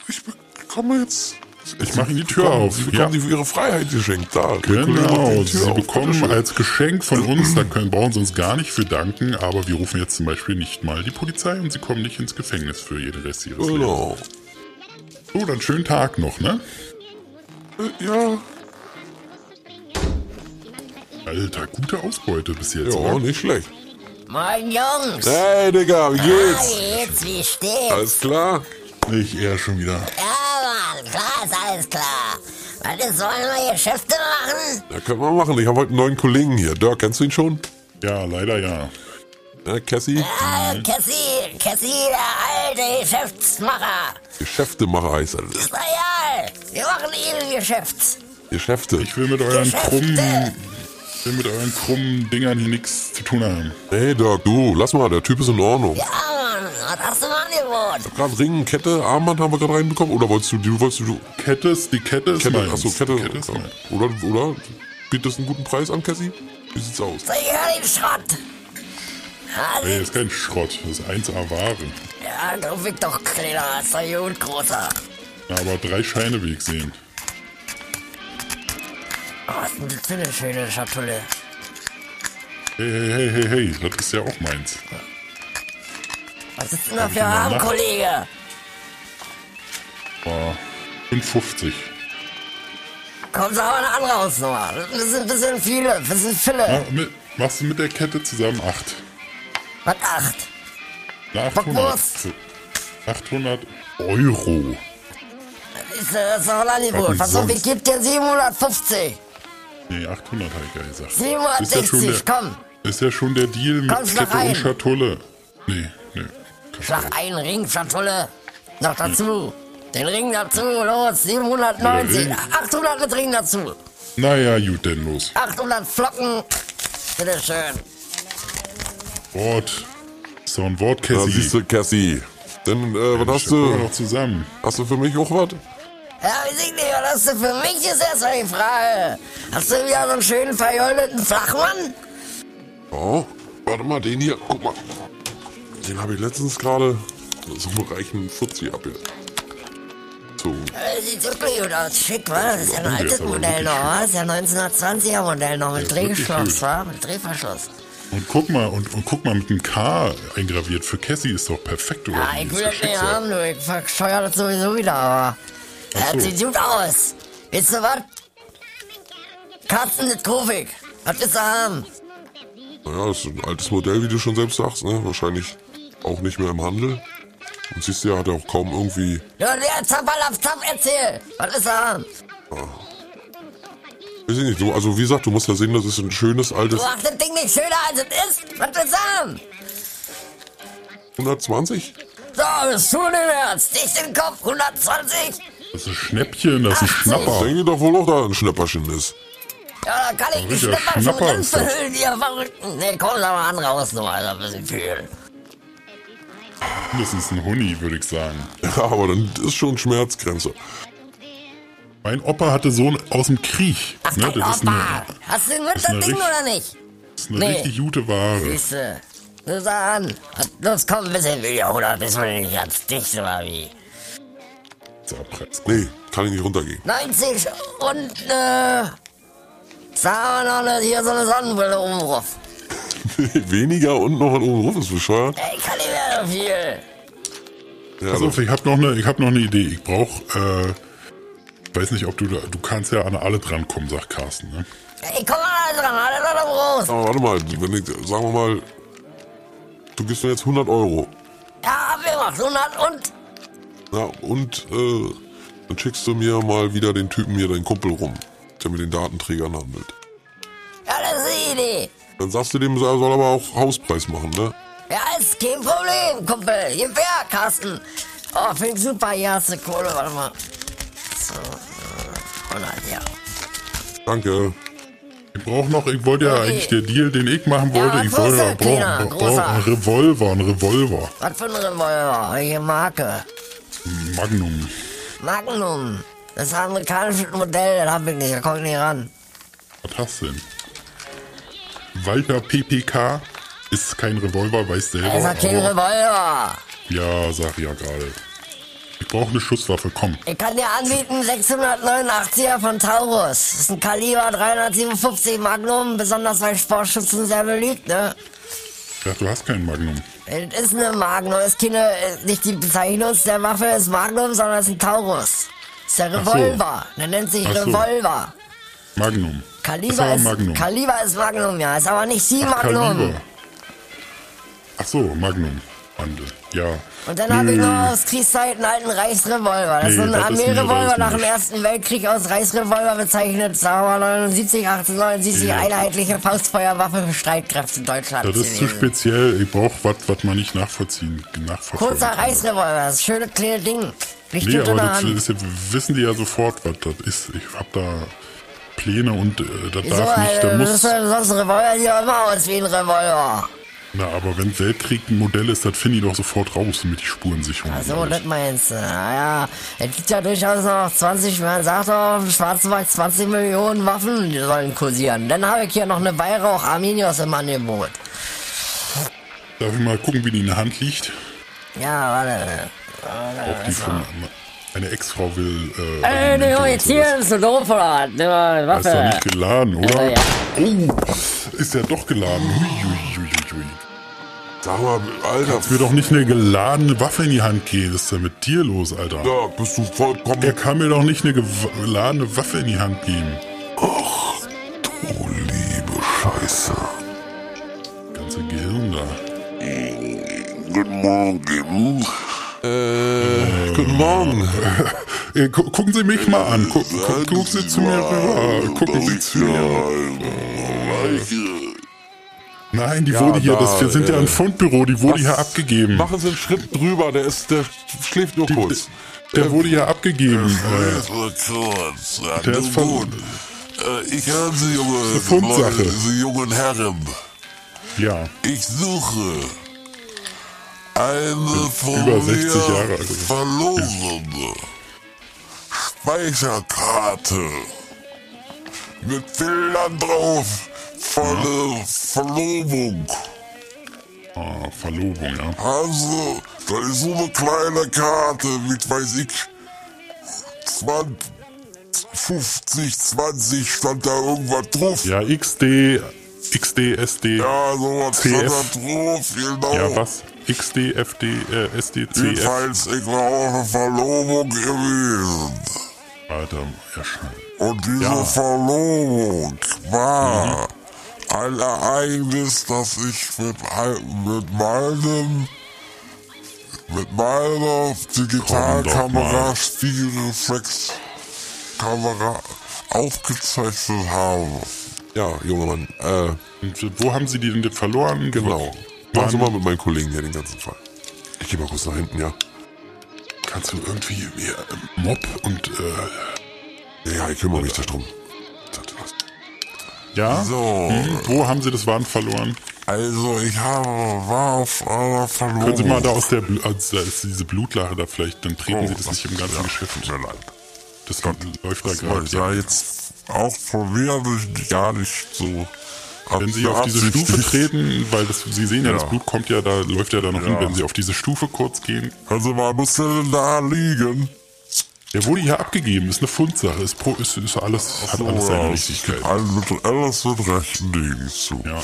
[SPEAKER 2] Ich bekomme jetzt.
[SPEAKER 1] Ich mache Ihnen die Tür auf.
[SPEAKER 2] Sie
[SPEAKER 1] Ja.
[SPEAKER 2] bekommen die für ihre Freiheit geschenkt. Da, der Kollege macht
[SPEAKER 1] Genau,
[SPEAKER 2] die Tür
[SPEAKER 1] Sie
[SPEAKER 2] auf.
[SPEAKER 1] bekommen
[SPEAKER 2] Dankeschön.
[SPEAKER 1] als Geschenk von uns, da können, brauchen Sie uns gar nicht für danken, aber wir rufen jetzt zum Beispiel nicht mal die Polizei und Sie kommen nicht ins Gefängnis für jeden Rest Ihres Lebens.
[SPEAKER 2] Genau.
[SPEAKER 1] So, dann schönen Tag noch, ne?
[SPEAKER 2] Äh, Ja,
[SPEAKER 1] Alter, gute Ausbeute bis jetzt,
[SPEAKER 2] ja,
[SPEAKER 1] oder?
[SPEAKER 2] nicht schlecht.
[SPEAKER 8] Moin Jungs!
[SPEAKER 2] Hey, Digga, wie
[SPEAKER 8] Ah,
[SPEAKER 2] geht's?
[SPEAKER 8] wie geht's, wie steht's?
[SPEAKER 2] Alles klar?
[SPEAKER 1] Nicht er schon wieder.
[SPEAKER 8] Ja, Mann, klar ist alles klar. Was ist, wollen wir Geschäfte machen?
[SPEAKER 2] Ja, können wir machen. Ich habe heute einen neuen Kollegen hier. Dirk, kennst du ihn schon?
[SPEAKER 1] Ja, leider ja.
[SPEAKER 2] Ja, Cassie?
[SPEAKER 8] Ah, Cassie, Cassie, der alte Geschäftsmacher.
[SPEAKER 2] Geschäftemacher heißt er.
[SPEAKER 8] Ist real. Wir machen eben Geschäft.
[SPEAKER 2] Geschäfte.
[SPEAKER 1] Ich will mit euren
[SPEAKER 8] Geschäfte.
[SPEAKER 1] krummen, ich will mit euren krummen Dingern hier nichts zu tun haben.
[SPEAKER 2] Hey, Dirk, du, lass mal, der Typ ist in Ordnung.
[SPEAKER 8] Ja, Mann, was hast du im Angebot?
[SPEAKER 2] Gerade Ringen, Kette, Armband haben wir gerade reinbekommen. Oder wolltest du, du wolltest du,
[SPEAKER 1] Kette ist, die Kette ist
[SPEAKER 2] Kette,
[SPEAKER 1] meins.
[SPEAKER 2] achso, Kette,
[SPEAKER 1] Die Kette ist meins.
[SPEAKER 2] oder, oder, bietest du einen guten Preis an, Cassie? Wie sieht's aus?
[SPEAKER 8] Ich hör den Schrott.
[SPEAKER 1] Ey,
[SPEAKER 8] Also,
[SPEAKER 1] ist kein Schrott, das ist 1A Ware.
[SPEAKER 8] ja, du wick doch, Kleiner, ist doch gut, Großer.
[SPEAKER 1] Ja, aber drei Scheine will ich sehen.
[SPEAKER 8] Oh, was ist denn das für eine schöne Schatulle?
[SPEAKER 1] Hey, hey, hey, hey, hey, das ist ja auch meins.
[SPEAKER 8] Was ist denn da
[SPEAKER 1] Hab ich
[SPEAKER 8] für ein
[SPEAKER 1] mal
[SPEAKER 8] Arm,
[SPEAKER 1] nach-
[SPEAKER 8] Kollege?
[SPEAKER 1] War 5,50.
[SPEAKER 8] Kommt da aber eine andere Hausnummer. Das sind ein bisschen viele, ein bisschen viele.
[SPEAKER 1] Ah, mit, machst du mit der Kette zusammen 8.
[SPEAKER 8] Was acht?
[SPEAKER 1] Na,
[SPEAKER 8] Bockwurst.
[SPEAKER 1] 800. 800 Euro.
[SPEAKER 8] Ist, äh, ist doch ein Angebot.
[SPEAKER 1] Was
[SPEAKER 8] Pass auf,
[SPEAKER 1] sonst?
[SPEAKER 8] ich geb dir 750.
[SPEAKER 1] Nee, 800 habe ich ja gesagt. Ist ja schon
[SPEAKER 8] 760,
[SPEAKER 1] der,
[SPEAKER 8] komm.
[SPEAKER 1] Ist ja schon der Deal mit
[SPEAKER 8] Kommst du
[SPEAKER 1] Kette
[SPEAKER 8] rein?
[SPEAKER 1] und Schatulle. Nee, nee.
[SPEAKER 8] Schlag einen Ring, Schatulle. Noch dazu. Den Ring dazu, los. 790.
[SPEAKER 1] Der Ring.
[SPEAKER 8] 800 mit Ring dazu.
[SPEAKER 1] Naja, gut, denn los.
[SPEAKER 8] 800 Flocken. Bitteschön.
[SPEAKER 1] Wort. Ist doch ein Wort,
[SPEAKER 2] Da
[SPEAKER 1] Cassie.
[SPEAKER 2] siehst du, Cassie. Dann, äh, was hast
[SPEAKER 1] Schau
[SPEAKER 2] du,
[SPEAKER 1] doch zusammen.
[SPEAKER 2] hast du für mich auch was?
[SPEAKER 8] Ja, weiß ich nicht, was hast du für mich ist erstmal die Frage. Hast du wieder so einen schönen verjolleten Flachmann?
[SPEAKER 2] Ja, warte mal, den hier, guck mal. Den habe ich letztens gerade so im Bereich einen 40 ab jetzt. So,
[SPEAKER 8] Äh, Sieht wirklich gut aus. Schick, wa? Das ist ja ein
[SPEAKER 1] der
[SPEAKER 8] altes
[SPEAKER 1] ist aber
[SPEAKER 8] Modell
[SPEAKER 1] wirklich
[SPEAKER 8] noch, wa? Das ist ja 1920er Modell noch mit
[SPEAKER 1] Der ist wirklich
[SPEAKER 8] Drehgeschloss,
[SPEAKER 1] schön.
[SPEAKER 8] wa? Mit Drehverschluss.
[SPEAKER 1] Und guck mal, und, und guck mal, mit dem K eingraviert für Cassie ist doch perfekt, oder?
[SPEAKER 8] Ja,
[SPEAKER 1] wie?
[SPEAKER 8] Ah, ich
[SPEAKER 1] Ist
[SPEAKER 8] will
[SPEAKER 1] doch
[SPEAKER 8] das nicht
[SPEAKER 1] Schicksal.
[SPEAKER 8] haben, du. Ich versteuere das sowieso wieder, aber.
[SPEAKER 1] Ach
[SPEAKER 8] Ja,
[SPEAKER 1] so.
[SPEAKER 8] Das sieht gut aus. Weißt du was? Katzen ist Kofik. Was willst du haben?
[SPEAKER 2] naja, ist ein altes Modell, wie du schon selbst sagst, ne? Wahrscheinlich auch nicht mehr im Handel. Und siehst du ja, hat er auch kaum irgendwie
[SPEAKER 8] Ja, der Zappalap, Zapp, erzähl. Was willst du haben?
[SPEAKER 2] Weiß ich nicht, du, also wie gesagt, du musst ja sehen, das ist ein schönes altes
[SPEAKER 8] Du machst das Ding nicht schöner als es ist. Was willst du haben?
[SPEAKER 2] 120.
[SPEAKER 8] So, bist du nicht mehr. Stich den Kopf. 120.
[SPEAKER 1] Das ist ein Schnäppchen, das ist ein
[SPEAKER 8] Ach,
[SPEAKER 2] Ich
[SPEAKER 1] Schnapper.
[SPEAKER 2] denke doch wohl auch, da ein Schnäpperchen ist. [LAUGHS]
[SPEAKER 8] Ja, da kann ich die
[SPEAKER 1] Ja,
[SPEAKER 8] Schnipper zum
[SPEAKER 1] Schnapper
[SPEAKER 8] Rind
[SPEAKER 1] ist das.
[SPEAKER 8] verhüllen, ihr Verrückten. Nee, komm, sag mal an raus, nur also ein bisschen viel.
[SPEAKER 1] Mindestens ein Huni, würde ich sagen.
[SPEAKER 2] Ja, aber dann ist schon Schmerzgrenze.
[SPEAKER 1] Mein Opa hatte so ein aus dem Krieg.
[SPEAKER 8] Ach,
[SPEAKER 1] ne?
[SPEAKER 8] dein
[SPEAKER 1] Das ist
[SPEAKER 8] Opa.
[SPEAKER 1] eine,
[SPEAKER 8] Hast du den mit
[SPEAKER 1] ist
[SPEAKER 8] das
[SPEAKER 1] eine
[SPEAKER 8] Ding
[SPEAKER 1] richt-
[SPEAKER 8] oder nicht?
[SPEAKER 1] das ist eine
[SPEAKER 8] Nee.
[SPEAKER 1] richtig gute Ware.
[SPEAKER 8] Siehste. Du sag an. Los, komm, ein bisschen wieder, oder? Bist du nicht ganz dicht, oder wie?
[SPEAKER 1] Dieser Preis.
[SPEAKER 2] Nee, kann ich nicht runtergehen.
[SPEAKER 8] 90 und, äh... Sag mal noch, eine- hier so eine Sonnenbrille oben drauf.
[SPEAKER 2] Weniger und noch ein oben Ruf ist bescheuert.
[SPEAKER 8] Ey, kann nicht mehr so viel.
[SPEAKER 2] Ja,
[SPEAKER 1] Pass
[SPEAKER 2] also,
[SPEAKER 1] auf, ich habe noch, eine- ich hab noch eine Idee. Ich brauche, äh, ich weiß nicht, ob du da, du kannst ja an alle drankommen, sagt Carsten. Ne?
[SPEAKER 8] Ey, komm mal da dran, alle da drauf.
[SPEAKER 2] aber warte mal, wenn ich, sagen wir mal, du gibst mir jetzt 100 Euro.
[SPEAKER 8] Ja, abgemacht, 100 und...
[SPEAKER 2] Ja, und äh, dann schickst du mir mal wieder den Typen hier, deinen Kumpel rum, der mit den Datenträgern handelt.
[SPEAKER 8] Ja, das ist die Idee.
[SPEAKER 2] Dann sagst du dem, er soll aber auch Hauspreis machen, ne?
[SPEAKER 8] Ja, ist kein Problem, Kumpel. Gib her, Carsten. Oh, finde ich super. Hier hast du Kohle, warte mal. So, äh, 100, ja.
[SPEAKER 2] Danke.
[SPEAKER 1] Ich brauche noch, ich wollte ja
[SPEAKER 8] Okay.
[SPEAKER 1] eigentlich der Deal, den ich machen
[SPEAKER 8] Ja,
[SPEAKER 1] wollte, ich
[SPEAKER 8] großer,
[SPEAKER 1] wollte,
[SPEAKER 8] kleiner,
[SPEAKER 1] brauch, brauch
[SPEAKER 8] großer.
[SPEAKER 1] einen Revolver, einen Revolver.
[SPEAKER 8] Was für ein Revolver? Welche Marke?
[SPEAKER 1] Magnum.
[SPEAKER 8] Magnum. Das amerikanische Modell, das hab ich nicht, da komm ich nicht ran.
[SPEAKER 1] Was hast du denn? Walter PPK ist kein Revolver, weiß selber.
[SPEAKER 8] Das hat kein
[SPEAKER 1] aber-
[SPEAKER 8] Revolver.
[SPEAKER 1] Ja, sag ja gerade. Ich brauche eine Schusswaffe, komm.
[SPEAKER 8] Ich kann dir anbieten 689er von Taurus. Das ist ein Kaliber 357 Magnum, besonders weil Sportschützen sehr beliebt, ne?
[SPEAKER 1] Ja, du hast keinen Magnum.
[SPEAKER 8] Es ist eine Magnum, es ist keine, äh, nicht die Bezeichnung der Waffe ist Magnum, sondern es ist ein Taurus. Es ist der
[SPEAKER 1] Ach so.
[SPEAKER 8] Revolver, der nennt sich
[SPEAKER 1] Ach so.
[SPEAKER 8] Revolver.
[SPEAKER 1] Magnum. Das ist
[SPEAKER 8] Kaliber
[SPEAKER 1] aber
[SPEAKER 8] ist,
[SPEAKER 1] Magnum.
[SPEAKER 8] Kaliber ist Magnum, ja, ist aber nicht die
[SPEAKER 1] Ach,
[SPEAKER 8] Magnum.
[SPEAKER 1] Kaliber. Ach so, Magnum. Mandel. Ja.
[SPEAKER 8] Und dann habe ich
[SPEAKER 1] Nö.
[SPEAKER 8] noch aus Kriegszeiten einen alten Reichsrevolver. Das
[SPEAKER 1] Nee,
[SPEAKER 8] ist so ein
[SPEAKER 1] das ist mir
[SPEAKER 8] Armeerevolver
[SPEAKER 1] raus
[SPEAKER 8] nach dem
[SPEAKER 1] nicht.
[SPEAKER 8] Ersten Weltkrieg aus Reichsrevolver bezeichnet. Sagen wir mal 79, 1879,
[SPEAKER 1] Ja.
[SPEAKER 8] einheitliche Faustfeuerwaffe für Streitkräfte Deutschlands.
[SPEAKER 1] Das ist zu
[SPEAKER 8] gewesen.
[SPEAKER 1] speziell. Ich brauche was, was man nicht nachvollziehen, nachverfolgen
[SPEAKER 8] Kurzer
[SPEAKER 1] kann.
[SPEAKER 8] Reichsrevolver, das schöne kleine Ding. Nicht
[SPEAKER 1] Nee,
[SPEAKER 8] nee,
[SPEAKER 1] aber
[SPEAKER 8] in der
[SPEAKER 1] das
[SPEAKER 8] Hand.
[SPEAKER 1] ist, ja- wissen die ja sofort, was das ist. Ich hab da Pläne und äh, das
[SPEAKER 8] Wieso,
[SPEAKER 1] darf nicht, da
[SPEAKER 8] äh,
[SPEAKER 1] muss...
[SPEAKER 8] muss sonst ein Revolver sieht doch immer aus wie ein Revolver.
[SPEAKER 1] Na, aber wenn Weltkrieg ein Modell ist, das finde ich doch sofort raus mit die Spurensicherung.
[SPEAKER 8] Ach
[SPEAKER 1] und
[SPEAKER 8] So,
[SPEAKER 3] Also,
[SPEAKER 1] alles.
[SPEAKER 8] das meinst du. Naja, es gibt ja durchaus noch 20, man sagt doch auf dem schwarzen Markt 20 Millionen Waffen, die sollen kursieren. Dann habe ich hier noch eine Weihrauch Arminios im Angebot.
[SPEAKER 1] Darf ich mal gucken, wie die in der Hand liegt?
[SPEAKER 8] Ja, warte.
[SPEAKER 1] Auch die von... Meine Ex-Frau will... Äh,
[SPEAKER 9] Ey,
[SPEAKER 1] Argumente
[SPEAKER 9] du
[SPEAKER 1] und
[SPEAKER 9] oh, jetzt
[SPEAKER 1] sowas.
[SPEAKER 9] hier ist so doof, oder? was? Nimm mal eine
[SPEAKER 1] Das ist doch
[SPEAKER 9] ne, Waffe.
[SPEAKER 1] nicht geladen, oder?
[SPEAKER 9] Ja, ja.
[SPEAKER 1] Ist ja doch geladen. Huiuiuiui.
[SPEAKER 10] Sag mal, Alter,
[SPEAKER 1] Mir doch nicht eine geladene Waffe in die Hand gehen. Was ist denn mit dir los, Alter?
[SPEAKER 10] da bist du vollkommen
[SPEAKER 1] Er kann mir doch nicht eine gew- geladene Waffe in die Hand geben.
[SPEAKER 10] Oh, liebe Scheiße.
[SPEAKER 1] Ganze Gehirn da.
[SPEAKER 2] Guten Morgen.
[SPEAKER 10] Äh, guten Morgen.
[SPEAKER 1] Äh, gu gucken Sie mich mal an. Guck, guck, gucken Sie zu mir rüber. Gucken Sie zu mir. Nein, die wurde hier,
[SPEAKER 10] da,
[SPEAKER 1] das, wir sind ja
[SPEAKER 10] äh,
[SPEAKER 1] ein Fundbüro, die wurde
[SPEAKER 10] was
[SPEAKER 1] hier abgegeben.
[SPEAKER 10] Machen Sie einen Schritt drüber, der ist, der schläft nur kurz.
[SPEAKER 1] Der wurde hier abgegeben. Äh,
[SPEAKER 2] Der
[SPEAKER 1] der ist ver-
[SPEAKER 2] Äh, Ich höre Sie, junge,
[SPEAKER 1] Eine Fundsache.
[SPEAKER 2] Leute, Sie jungen Herren.
[SPEAKER 1] ja,
[SPEAKER 2] Ich suche eine von
[SPEAKER 1] über
[SPEAKER 2] mir
[SPEAKER 1] 60 Jahre alt.
[SPEAKER 2] verlorene Speicherkarte mit Bildern drauf von der Verlobung.
[SPEAKER 1] ah, Verlobung, ja.
[SPEAKER 2] Also, da ist so eine kleine Karte mit, weiß ich, 20, 50, 20 stand da irgendwas drauf.
[SPEAKER 1] Ja, XD, XD, SD.
[SPEAKER 2] Ja, sowas stand
[SPEAKER 1] CF.
[SPEAKER 2] da drauf, genau.
[SPEAKER 1] Ja, was? XD, FD, äh, SD, CF.
[SPEAKER 2] Jedenfalls, ich war auch eine Verlobung gewesen.
[SPEAKER 1] Alter, erscheint.
[SPEAKER 2] Und diese
[SPEAKER 1] Ja.
[SPEAKER 2] Verlobung war ein Ereignis, das ich mit, ein- mit meinem mit meiner
[SPEAKER 1] Komm doch mal.
[SPEAKER 2] Digitalkamera Spiegelreflexkamera aufgezeichnet habe.
[SPEAKER 10] Ja, junger Mann. Äh,
[SPEAKER 1] Und wo haben sie die denn verloren?
[SPEAKER 10] genau. Machen Sie mal mit meinen Kollegen hier den ganzen Fall. Ich gehe mal kurz nach hinten, ja.
[SPEAKER 1] Kannst du irgendwie mir
[SPEAKER 6] ähm,
[SPEAKER 1] äh, Mob und äh,
[SPEAKER 10] Ja, Ja, ich kümmere mich darum.
[SPEAKER 1] ja?
[SPEAKER 2] So.
[SPEAKER 1] Hm, wo haben sie das Waren verloren?
[SPEAKER 2] Also ich habe war auf einer Verlobung.
[SPEAKER 1] Können Sie mal da aus der, Blu- aus der ist diese Blutlache da vielleicht, dann treten Sie das nicht im ganzen
[SPEAKER 2] Oh, ja,
[SPEAKER 1] Geschäft.
[SPEAKER 2] Tut mir leid.
[SPEAKER 1] Das läuft da
[SPEAKER 2] Das war
[SPEAKER 1] gerade.
[SPEAKER 2] ja jetzt auch von mir nicht- gar nicht so.
[SPEAKER 1] Wenn Sie auf diese Stufe treten, weil das, Sie sehen ja,
[SPEAKER 2] Ja.
[SPEAKER 1] das Blut kommt ja, da läuft ja da noch hin. Wenn Sie auf diese Stufe kurz gehen,
[SPEAKER 2] Also man muss ja denn da liegen.
[SPEAKER 1] der wurde hier abgegeben, ist eine Fundsache, ist, pro, ist, ist alles, hat alles seine Richtigkeit. Ja,
[SPEAKER 2] Alles mit, alles mit rechten Dingen zu.
[SPEAKER 1] ja, ja.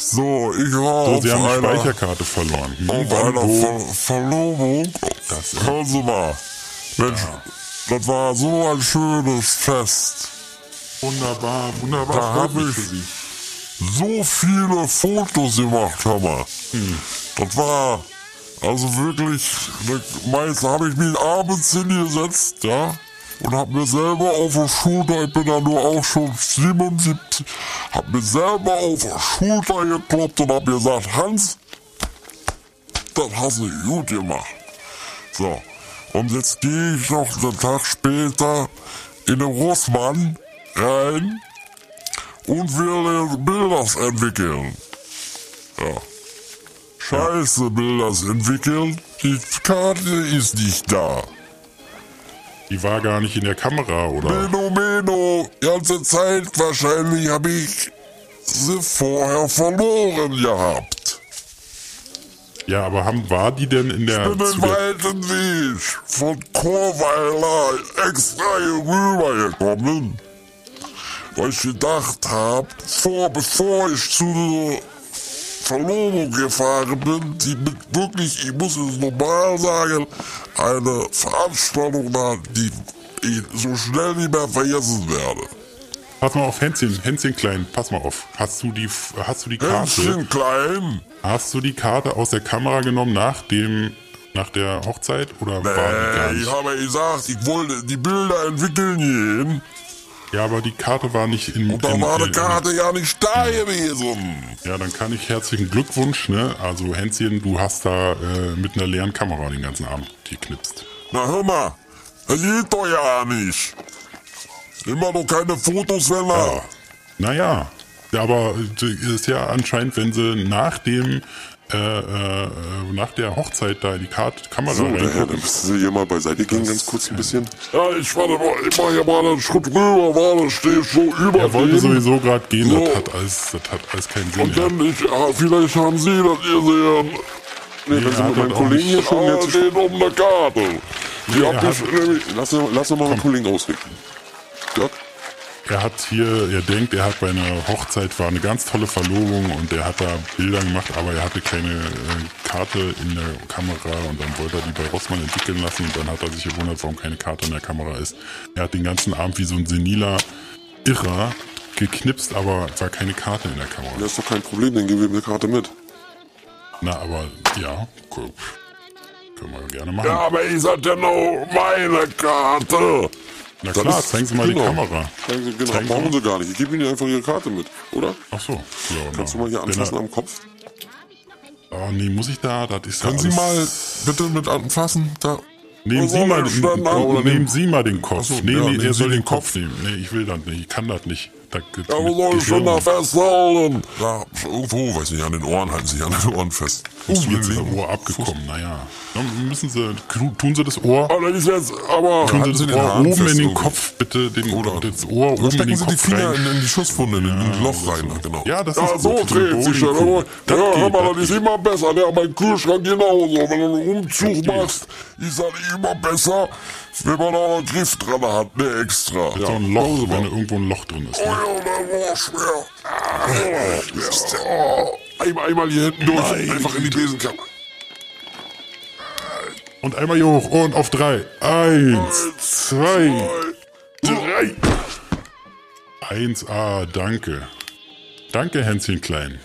[SPEAKER 2] So, ich war
[SPEAKER 1] So,
[SPEAKER 2] auf
[SPEAKER 1] Sie haben eine
[SPEAKER 2] einer,
[SPEAKER 1] Speicherkarte verloren. Hm,
[SPEAKER 2] auf
[SPEAKER 1] wann,
[SPEAKER 2] einer
[SPEAKER 1] wo?
[SPEAKER 2] Ver Verlobung.
[SPEAKER 1] Das ist-
[SPEAKER 2] Hören Sie mal. Mensch, das war so ein schönes Fest.
[SPEAKER 1] Wunderbar, wunderbar.
[SPEAKER 2] Da
[SPEAKER 1] freut
[SPEAKER 2] habe
[SPEAKER 1] mich
[SPEAKER 2] ich
[SPEAKER 1] für Sie.
[SPEAKER 2] so viele Fotos gemacht, hör mal.
[SPEAKER 1] Hm.
[SPEAKER 2] Das war also wirklich, ne, meist habe ich mich abends hingesetzt, ja, und habe mir selber auf der Schulter, ich bin ja nur auch schon 77, habe mir selber auf der Schulter gekloppt und habe gesagt, Hans, das hast du gut gemacht. So, und jetzt gehe ich noch einen Tag später in den Russmann rein und will Bilders entwickeln. Ja. Scheiße, Bilders entwickeln. Die Karte ist nicht da.
[SPEAKER 1] Die war gar nicht in der Kamera, oder?
[SPEAKER 2] Meno, Meno, ganze Zeit wahrscheinlich habe ich sie vorher verloren gehabt.
[SPEAKER 1] Ja, aber haben, war die denn in der...
[SPEAKER 2] Mit
[SPEAKER 1] Äh, zu
[SPEAKER 2] dem
[SPEAKER 1] der
[SPEAKER 2] weiten Weg von Chorweiler extra hier rübergekommen, weil ich gedacht habe, vor, bevor ich zu der Verlobung gefahren bin, die mit wirklich, ich muss es normal sagen, eine Veranstaltung war, die ich so schnell nicht mehr vergessen werde.
[SPEAKER 1] pass mal auf, Hänschen, Hänschen Klein, pass mal auf. Hast du die, hast du die Karte,
[SPEAKER 2] Händchen klein.
[SPEAKER 1] hast du die Karte aus der Kamera genommen nach dem, nach der Hochzeit? Oder war die gar
[SPEAKER 2] Äh, ich
[SPEAKER 1] nicht?
[SPEAKER 2] habe gesagt, ich wollte die Bilder entwickeln gehen.
[SPEAKER 1] Ja, aber die Karte war nicht in...
[SPEAKER 2] Und da
[SPEAKER 1] in,
[SPEAKER 2] war
[SPEAKER 1] in,
[SPEAKER 2] die Karte ja nicht da gewesen.
[SPEAKER 1] Ja, dann kann ich herzlichen Glückwunsch, ne? Also Hänschen, du hast da äh, mit einer leeren Kamera den ganzen Abend geknipst.
[SPEAKER 2] Na hör mal, das geht doch ja nicht. Immer noch keine Fotos, wenn er.
[SPEAKER 1] Naja, aber äh, ist ja anscheinend, wenn sie nach dem äh, äh, nach der Hochzeit da in die Karte Kamera
[SPEAKER 6] So, der Herr,
[SPEAKER 1] reinguckt,
[SPEAKER 6] dann müssen Sie hier mal beiseite gehen, ganz kurz ein bisschen.
[SPEAKER 2] Ja, ich warte mal, ich mach hier mal einen Schritt rüber, warte, steh ich so über
[SPEAKER 1] er
[SPEAKER 2] denen.
[SPEAKER 1] wollte sowieso gerade gehen,
[SPEAKER 2] So.
[SPEAKER 1] das, hat alles, das hat alles keinen Sinn.
[SPEAKER 2] Und
[SPEAKER 1] Ja.
[SPEAKER 2] dann, ich, ah, vielleicht haben Sie das gesehen.
[SPEAKER 6] Nee,
[SPEAKER 1] er
[SPEAKER 6] dann sind
[SPEAKER 1] hat
[SPEAKER 6] wir meinem
[SPEAKER 1] halt auch
[SPEAKER 6] Kollegen hier
[SPEAKER 1] nicht-
[SPEAKER 6] schon
[SPEAKER 2] Ah,
[SPEAKER 6] jetzt.
[SPEAKER 2] den um eine Karte. Die
[SPEAKER 1] Nee,
[SPEAKER 2] hab
[SPEAKER 1] er
[SPEAKER 2] ich
[SPEAKER 1] hat-
[SPEAKER 2] nämlich...
[SPEAKER 6] Lass, lass doch mal meinen Kollegen ausrichten. Ja,
[SPEAKER 1] Er hat hier, er denkt, er hat bei einer Hochzeit war eine ganz tolle Verlobung und er hat da Bilder gemacht, aber er hatte keine äh, Karte in der Kamera und dann wollte er die bei Rossmann entwickeln lassen und dann hat er sich gewundert, warum keine Karte in der Kamera ist. Er hat den ganzen Abend wie so ein seniler Irrer geknipst, aber es war keine Karte in der Kamera.
[SPEAKER 6] das ist doch kein Problem, dann geben wir eine Karte mit.
[SPEAKER 1] Na, aber ja, cool. können wir gerne machen.
[SPEAKER 2] Ja, aber ich sag dir noch meine Karte.
[SPEAKER 1] Na
[SPEAKER 2] das
[SPEAKER 1] klar,
[SPEAKER 2] ist-
[SPEAKER 1] zeigen Sie mal
[SPEAKER 2] genau.
[SPEAKER 1] die Kamera.
[SPEAKER 6] Zeigen Sie, genau,
[SPEAKER 1] Zeigen Sie
[SPEAKER 6] brauchen
[SPEAKER 1] mal.
[SPEAKER 6] Sie gar nicht. Ich gebe Ihnen einfach Ihre Karte mit, oder?
[SPEAKER 1] Ach so. Ja,
[SPEAKER 6] Kannst du
[SPEAKER 1] na,
[SPEAKER 6] mal hier
[SPEAKER 1] wenn
[SPEAKER 6] anfassen
[SPEAKER 1] er-
[SPEAKER 6] am Kopf?
[SPEAKER 1] Oh nee, muss ich da? Das ist ja
[SPEAKER 2] Können Sie mal
[SPEAKER 1] alles-
[SPEAKER 2] bitte mit anfassen? Da.
[SPEAKER 1] Nehmen
[SPEAKER 2] Oder
[SPEAKER 1] Sie,
[SPEAKER 2] soll
[SPEAKER 1] mal,
[SPEAKER 2] er schnell nach- oder
[SPEAKER 1] nehmen
[SPEAKER 2] nehmen-
[SPEAKER 1] Sie mal den Kopf.
[SPEAKER 2] Ach so,
[SPEAKER 1] nee,
[SPEAKER 2] ja,
[SPEAKER 1] nee,
[SPEAKER 2] nehmen Sie
[SPEAKER 1] er soll
[SPEAKER 2] den
[SPEAKER 1] den Kopf nehmen. Nee, ich will das nicht. Ich kann das nicht. Da,
[SPEAKER 2] Ja, wo soll ich schon da festhalten? Da, irgendwo, weiß nicht, an den Ohren halten Sie sich an den Ohren fest.
[SPEAKER 1] ist mir jetzt das
[SPEAKER 2] Unbedingt.
[SPEAKER 1] Ohr abgekommen. Naja. Dann müssen Sie, tun Sie das Ohr.
[SPEAKER 2] Aber das ist jetzt, aber.
[SPEAKER 1] Tun
[SPEAKER 2] Äh, halten
[SPEAKER 1] Sie
[SPEAKER 2] den
[SPEAKER 1] das Ohr
[SPEAKER 2] Hahn
[SPEAKER 1] oben
[SPEAKER 2] fest
[SPEAKER 1] in den
[SPEAKER 2] irgendwo.
[SPEAKER 1] Kopf, bitte. Den,
[SPEAKER 2] Oder
[SPEAKER 1] das Ohr
[SPEAKER 2] Oder
[SPEAKER 1] oben in
[SPEAKER 2] Oh, stecken
[SPEAKER 1] den
[SPEAKER 2] Sie die
[SPEAKER 1] Kopf
[SPEAKER 2] Finger in,
[SPEAKER 1] rein.
[SPEAKER 2] in die Schusswunde, in, in das Loch rein. Genau.
[SPEAKER 1] Ja, das
[SPEAKER 2] ja,
[SPEAKER 1] ist
[SPEAKER 2] so
[SPEAKER 1] gut.
[SPEAKER 2] dreht sich
[SPEAKER 1] Bodenkuchen.
[SPEAKER 2] das. Aber,
[SPEAKER 1] Das
[SPEAKER 2] ja,
[SPEAKER 1] geht,
[SPEAKER 2] hör mal,
[SPEAKER 1] das
[SPEAKER 2] das ist
[SPEAKER 1] geht.
[SPEAKER 2] immer besser. Ja, mein Kühlschrank genauso. Wenn du einen Umzug
[SPEAKER 1] geht.
[SPEAKER 2] machst, ist das immer besser, wenn man da einen Griff dran hat, ne extra.
[SPEAKER 1] So ein
[SPEAKER 2] machen
[SPEAKER 1] Loch,
[SPEAKER 2] Sie mal.
[SPEAKER 1] wenn da irgendwo ein Loch drin ist.
[SPEAKER 2] Oh
[SPEAKER 1] Ne?
[SPEAKER 2] ja, da war schwer. Ah, schwer. Oh, einmal, einmal hier hinten durch,
[SPEAKER 1] Meine
[SPEAKER 2] einfach in die Besenkammer.
[SPEAKER 1] Und einmal hier hoch. Und auf drei. Eins, zwei,
[SPEAKER 2] drei.
[SPEAKER 1] 1A. ah, Danke. Danke, Hänschen Klein.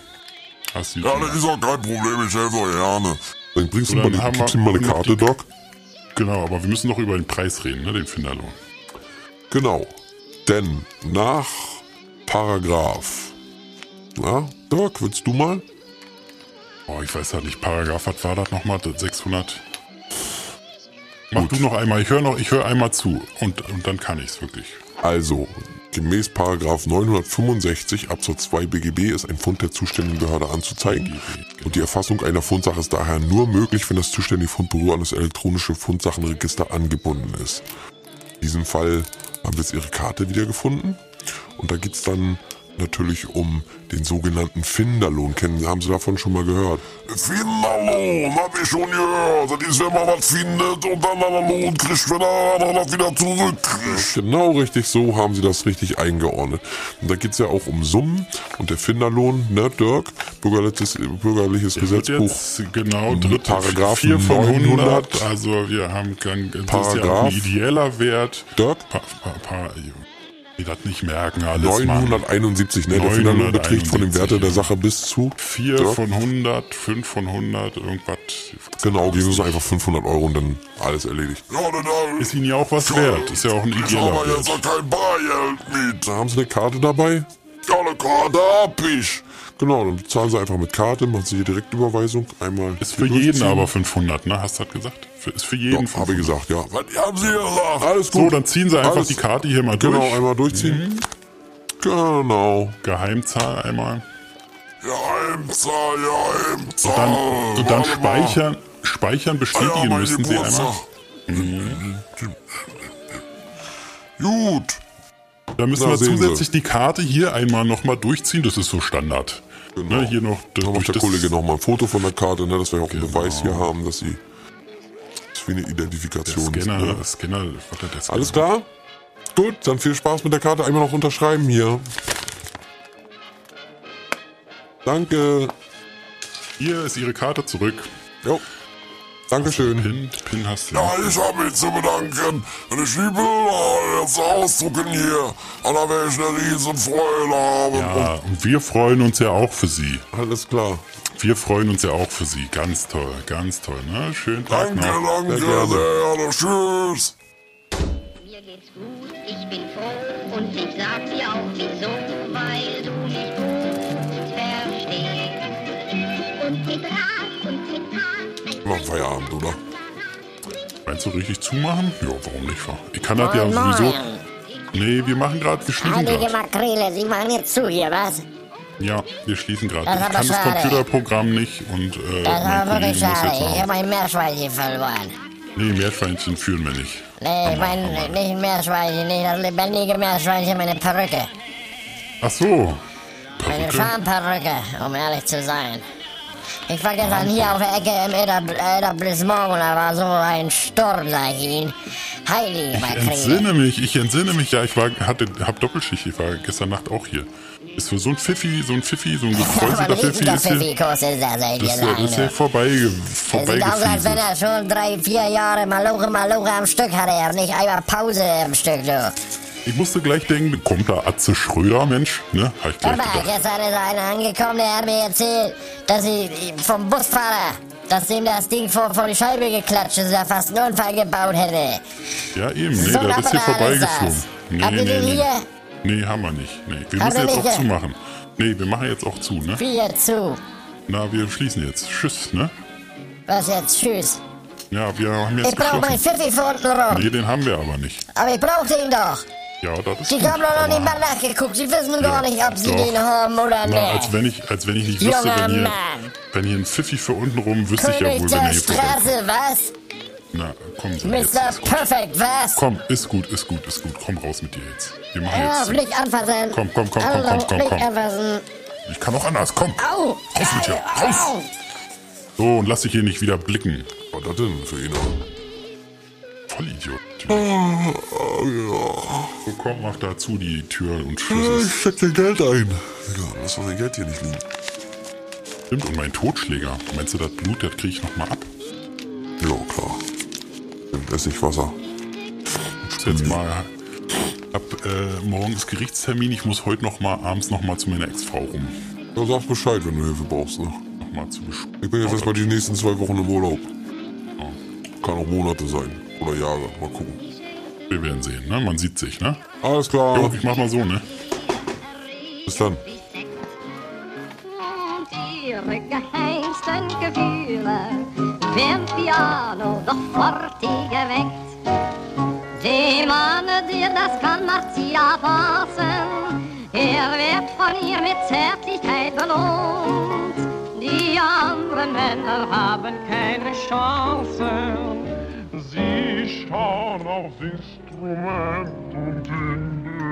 [SPEAKER 1] Hast du
[SPEAKER 2] Ja, das ist auch kein Problem, ich helfe euch gerne.
[SPEAKER 6] Dann bringst
[SPEAKER 1] du mal die- gibst ihm mal eine Karte,
[SPEAKER 6] Doc.
[SPEAKER 1] Genau, aber wir müssen noch über den Preis reden, ne, den Finderlohn.
[SPEAKER 2] Genau. Denn nach Paragraph. Ja, Dirk, willst du mal?
[SPEAKER 1] Oh, ich weiß ja nicht, Paragraph, was war das nochmal? Das 600. Mach du noch einmal, ich höre noch, ich höre einmal zu und, und dann kann ich's wirklich.
[SPEAKER 2] Also, gemäß Paragraph 965 Absatz 2 BGB ist ein Fund der zuständigen Behörde anzuzeigen. Und die Erfassung einer Fundsache ist daher nur möglich, wenn das zuständige Fundbüro an das elektronische Fundsachenregister angebunden ist. In diesem Fall haben wir jetzt ihre Karte wiedergefunden. Und da geht's dann natürlich um den sogenannten Finderlohn. Kennen, haben Sie davon schon mal gehört? Finderlohn, hab ich schon gehört. Das ist, wenn man was findet und dann einen Lohn kriegt, wenn er dann das wieder zurückkriegt. Genau richtig, so haben Sie das richtig eingeordnet. Und da geht's ja auch um Summen und der Finderlohn, ne, Dirk? Bürgerliches, bürgerliches
[SPEAKER 1] Der wird
[SPEAKER 2] Gesetzbuch. Mhm.
[SPEAKER 1] jetzt genau
[SPEAKER 2] mit
[SPEAKER 1] dritte,
[SPEAKER 2] Paragraphen
[SPEAKER 1] vier von
[SPEAKER 2] 900.
[SPEAKER 1] 100, also wir haben kein, das ist ja auch ein
[SPEAKER 2] Paragraph.
[SPEAKER 1] ideeller Wert.
[SPEAKER 2] Dirk?
[SPEAKER 1] Pa, pa, pa, die das nicht merken alles, Mann.
[SPEAKER 2] 971, ne? Der Finderlohn beträgt von dem
[SPEAKER 1] 971,
[SPEAKER 2] Werte der
[SPEAKER 1] ja.
[SPEAKER 2] Sache bis zu.
[SPEAKER 1] 4
[SPEAKER 2] Dirk?
[SPEAKER 1] von 100, 5 von 100, irgendwas.
[SPEAKER 2] Genau, geben Sie uns einfach 500 Euro und dann alles erledigt. Ja, dann, dann
[SPEAKER 1] Ist ihnen ja äh, auch was wert, ist ja auch ein
[SPEAKER 2] Ich
[SPEAKER 1] ideeller
[SPEAKER 2] habe Genau jetzt
[SPEAKER 1] Wert.
[SPEAKER 2] noch kein Bargeld mit. Haben Sie eine Karte dabei? Ja, eine Karte hab ich. Genau, dann bezahlen Sie einfach mit Karte, machen Sie hier Direktüberweisung. Einmal.
[SPEAKER 1] Ist für jeden aber 500, ne? Hast du das gesagt? Für, ist für jeden
[SPEAKER 2] Ja, habe ich gesagt, ja. Was haben Sie gesagt? Alles
[SPEAKER 1] So,
[SPEAKER 2] gut.
[SPEAKER 1] dann ziehen sie einfach
[SPEAKER 2] Alles-
[SPEAKER 1] die Karte hier mal durch.
[SPEAKER 2] Genau, einmal durchziehen. Genau.
[SPEAKER 1] Geheimzahl einmal.
[SPEAKER 2] Geheimzahl, Geheimzahl.
[SPEAKER 1] Dann, und dann
[SPEAKER 2] Warte mal.
[SPEAKER 1] speichern,
[SPEAKER 2] Ah, Oh,
[SPEAKER 1] speichern,
[SPEAKER 2] ja,
[SPEAKER 1] bestätigen
[SPEAKER 2] mein
[SPEAKER 1] müssen sie
[SPEAKER 2] Geburtstag.
[SPEAKER 1] einmal.
[SPEAKER 2] Gut.
[SPEAKER 1] Da müssen
[SPEAKER 2] Na,
[SPEAKER 1] wir
[SPEAKER 2] sehen
[SPEAKER 1] zusätzlich
[SPEAKER 2] Sie.
[SPEAKER 1] die Karte hier einmal nochmal durchziehen. Das ist so Standard.
[SPEAKER 2] Genau.
[SPEAKER 1] Ne, hier noch das,
[SPEAKER 2] Dann macht der
[SPEAKER 1] das-
[SPEAKER 2] Kollege nochmal ein Foto von der Karte, ne, dass wir auch einen
[SPEAKER 1] Genau.
[SPEAKER 2] Beweis hier haben, dass sie. Das ist wie eine
[SPEAKER 1] der
[SPEAKER 2] Identifikation.
[SPEAKER 1] Scanner,
[SPEAKER 2] ne?
[SPEAKER 1] der Scanner, warte, der Scanner.
[SPEAKER 2] Alles klar? Gut, dann viel Spaß mit der Karte. Einmal noch unterschreiben hier. Danke.
[SPEAKER 1] Hier ist Ihre Karte zurück.
[SPEAKER 2] Jo. Dankeschön.
[SPEAKER 1] Pin, Pin hast du.
[SPEAKER 2] Ja, ich habe mich zu bedanken. Wenn ich die Bilder jetzt ausdrucken hier, dann werde ich eine riesen Freude haben.
[SPEAKER 1] Ja, und wir freuen uns ja auch für Sie.
[SPEAKER 2] Alles klar.
[SPEAKER 1] Wir freuen uns ja auch für Sie. Ganz toll, ganz toll. Ne? Schönen Tag
[SPEAKER 2] Danke,
[SPEAKER 1] noch.
[SPEAKER 2] danke sehr. Tschüss.
[SPEAKER 11] Mir geht's gut, ich bin froh und ich sag dir auch wieso, weil du mich gut verstehst. Und Zitat und Zitat,
[SPEAKER 2] Machen Feierabend, oder?
[SPEAKER 1] Meinst du richtig zumachen? Ja, warum nicht? wa? Ich kann das ja
[SPEAKER 12] Oh
[SPEAKER 1] sowieso.
[SPEAKER 12] nein.
[SPEAKER 1] Nee, wir machen gerade, wir schließen
[SPEAKER 12] Heilige
[SPEAKER 1] gerade.
[SPEAKER 12] Makrele, Sie machen jetzt zu hier, was?
[SPEAKER 1] Ja, wir schließen gerade.
[SPEAKER 12] Das ist
[SPEAKER 1] Ich
[SPEAKER 12] aber
[SPEAKER 1] kann das
[SPEAKER 12] schade.
[SPEAKER 1] Computerprogramm nicht und äh,
[SPEAKER 12] Das
[SPEAKER 1] mein
[SPEAKER 12] war
[SPEAKER 1] Kollege muss
[SPEAKER 12] wirklich
[SPEAKER 1] jetzt
[SPEAKER 12] schade. Ich habe
[SPEAKER 1] machen.
[SPEAKER 12] mein Meerschweinchen verloren.
[SPEAKER 1] Nee, Meerschweinchen führen wir nicht.
[SPEAKER 12] Nee, ich
[SPEAKER 1] Hammer,
[SPEAKER 12] meine
[SPEAKER 1] hammer.
[SPEAKER 12] nicht Meerschweinchen, nicht das lebendige Meerschweinchen, meine Perücke.
[SPEAKER 1] Ach so.
[SPEAKER 12] Meine
[SPEAKER 1] Perücke?
[SPEAKER 12] Schamperücke, um ehrlich zu sein. Ich war gestern hier auf der Ecke im Etab- Etablissement und da war so ein Sturm, sag ich Ihnen. Heilige
[SPEAKER 1] Ich
[SPEAKER 12] Makrele.
[SPEAKER 1] entsinne mich, ich entsinne mich. Ja, ich war, hatte, hab Doppelschicht. Ich war gestern Nacht auch hier. Ist für so ein Pfiffi, so ein Pfiffi,
[SPEAKER 12] [LAUGHS]
[SPEAKER 1] so ein
[SPEAKER 12] Aber
[SPEAKER 1] gekreuzter
[SPEAKER 12] ein
[SPEAKER 1] Pfiffi
[SPEAKER 12] richtiger
[SPEAKER 1] ist hier.
[SPEAKER 12] Pfiffikus ist das, soll ich dir
[SPEAKER 1] Das ist ja-
[SPEAKER 12] sagen.
[SPEAKER 1] ist ja
[SPEAKER 12] du.
[SPEAKER 1] vorbei,
[SPEAKER 12] Es sieht aus, als wenn
[SPEAKER 1] vorbeigefiesen.
[SPEAKER 12] er schon drei, vier Jahre Maloche, Maloche am Stück hatte. Er hat nicht einmal Pause am Stück, du.
[SPEAKER 1] Ich musste gleich denken, kommt da Atze Schröder, Mensch? Ne, hab ich gleich
[SPEAKER 12] Hör mal,
[SPEAKER 1] gedacht.
[SPEAKER 12] gestern ist einer angekommen, der hat mir erzählt, dass ich vom Busfahrer, dass ihm das Ding vor, vor die Scheibe geklatscht ist und er fast einen Unfall gebaut hätte.
[SPEAKER 1] Ja, eben, nee,
[SPEAKER 12] So
[SPEAKER 1] der ist hier
[SPEAKER 12] lapidar ist das.
[SPEAKER 1] vorbeigeflogen. Nee,
[SPEAKER 12] Habt ihr den
[SPEAKER 1] nee,
[SPEAKER 12] hier?
[SPEAKER 1] nee. Nee, haben wir nicht. Nee, wir
[SPEAKER 12] Habt
[SPEAKER 1] müssen
[SPEAKER 12] ihr nicht
[SPEAKER 1] jetzt auch
[SPEAKER 12] hier?
[SPEAKER 1] zumachen. Nee, wir machen jetzt auch zu, ne?
[SPEAKER 12] Wie jetzt zu?
[SPEAKER 1] Na, wir schließen jetzt. Tschüss, ne?
[SPEAKER 12] Was jetzt? Tschüss.
[SPEAKER 1] Ja, wir haben jetzt
[SPEAKER 12] Ich brauche mein
[SPEAKER 1] geschlossen.
[SPEAKER 12] Pfiffi von unten rum.
[SPEAKER 1] Nee, den haben wir aber nicht.
[SPEAKER 12] Aber ich brauche den doch.
[SPEAKER 1] Ja, das ist
[SPEAKER 12] Die
[SPEAKER 1] gut,
[SPEAKER 12] haben doch noch
[SPEAKER 1] aber-
[SPEAKER 12] nicht mal nachgeguckt. Sie wissen
[SPEAKER 1] Ja,
[SPEAKER 12] gar nicht, ob sie
[SPEAKER 1] doch.
[SPEAKER 12] den haben oder
[SPEAKER 1] Na,
[SPEAKER 12] nicht.
[SPEAKER 1] als wenn ich, als wenn ich nicht wüsste,
[SPEAKER 12] Junger
[SPEAKER 1] wenn hier,
[SPEAKER 12] Mann.
[SPEAKER 1] wenn hier ein Pfiffi für unten rum, wüsste ich ja
[SPEAKER 12] König
[SPEAKER 1] wohl, wenn er
[SPEAKER 12] der
[SPEAKER 1] hier vorbei
[SPEAKER 12] Straße, was?
[SPEAKER 1] Na, komm, so jetzt.
[SPEAKER 12] Mr.
[SPEAKER 1] ist gut.
[SPEAKER 12] Perfect, was?
[SPEAKER 1] Komm, ist gut, ist gut, ist gut. Komm raus mit dir jetzt. Wir machen
[SPEAKER 12] Hör
[SPEAKER 1] jetzt
[SPEAKER 12] auf,
[SPEAKER 1] zu.
[SPEAKER 12] nicht anfassen.
[SPEAKER 1] Komm, komm, komm, komm,
[SPEAKER 12] Hör auf,
[SPEAKER 1] komm, komm,
[SPEAKER 12] Nicht
[SPEAKER 1] komm.
[SPEAKER 12] anfassen.
[SPEAKER 1] Ich kann auch anders, komm.
[SPEAKER 12] Au!
[SPEAKER 1] Raus mit dir,
[SPEAKER 12] Au,
[SPEAKER 1] raus.
[SPEAKER 12] au.
[SPEAKER 1] So, und lass dich hier nicht wieder blicken.
[SPEAKER 2] Was das denn für ihn?
[SPEAKER 1] Vollidiot.
[SPEAKER 2] Ah,
[SPEAKER 1] So, komm, mach dazu die Tür
[SPEAKER 2] ja.
[SPEAKER 1] und Schlüssel.
[SPEAKER 2] Ich steck dir Geld ein. Digga, lass doch dein Geld hier nicht liegen.
[SPEAKER 1] Stimmt, und mein Totschläger. Meinst du, das Blut, das krieg ich nochmal ab?
[SPEAKER 2] Ja, klar. Stimmt, Essigwasser.
[SPEAKER 1] Ist
[SPEAKER 12] Hm.
[SPEAKER 1] jetzt mal. Ab äh, morgen ist Gerichtstermin. Ich muss heute nochmal abends nochmal zu meiner Ex-Frau rum.
[SPEAKER 2] Ja, sag Bescheid, wenn du Hilfe brauchst. Ne?
[SPEAKER 1] Nochmal zu besprechen.
[SPEAKER 2] Ich bin jetzt erstmal die nächsten zwei Wochen im Urlaub. Kann auch Monate sein. Oder Jahre. Mal gucken.
[SPEAKER 1] Wir werden sehen, ne? Man sieht sich, ne?
[SPEAKER 2] Alles
[SPEAKER 1] Jo,
[SPEAKER 2] klar.
[SPEAKER 1] ich mach mal so, ne?
[SPEAKER 2] Bis dann.
[SPEAKER 11] und ihre geheimsten Gefühle, dem Piano doch forti geweckt. Dem Mann, der das kann, macht sie abassen, er wird von ihr mit Zärtlichkeit belohnt. Die anderen Männer haben keine Chance.
[SPEAKER 6] Sie schauen aufs Instrument und in den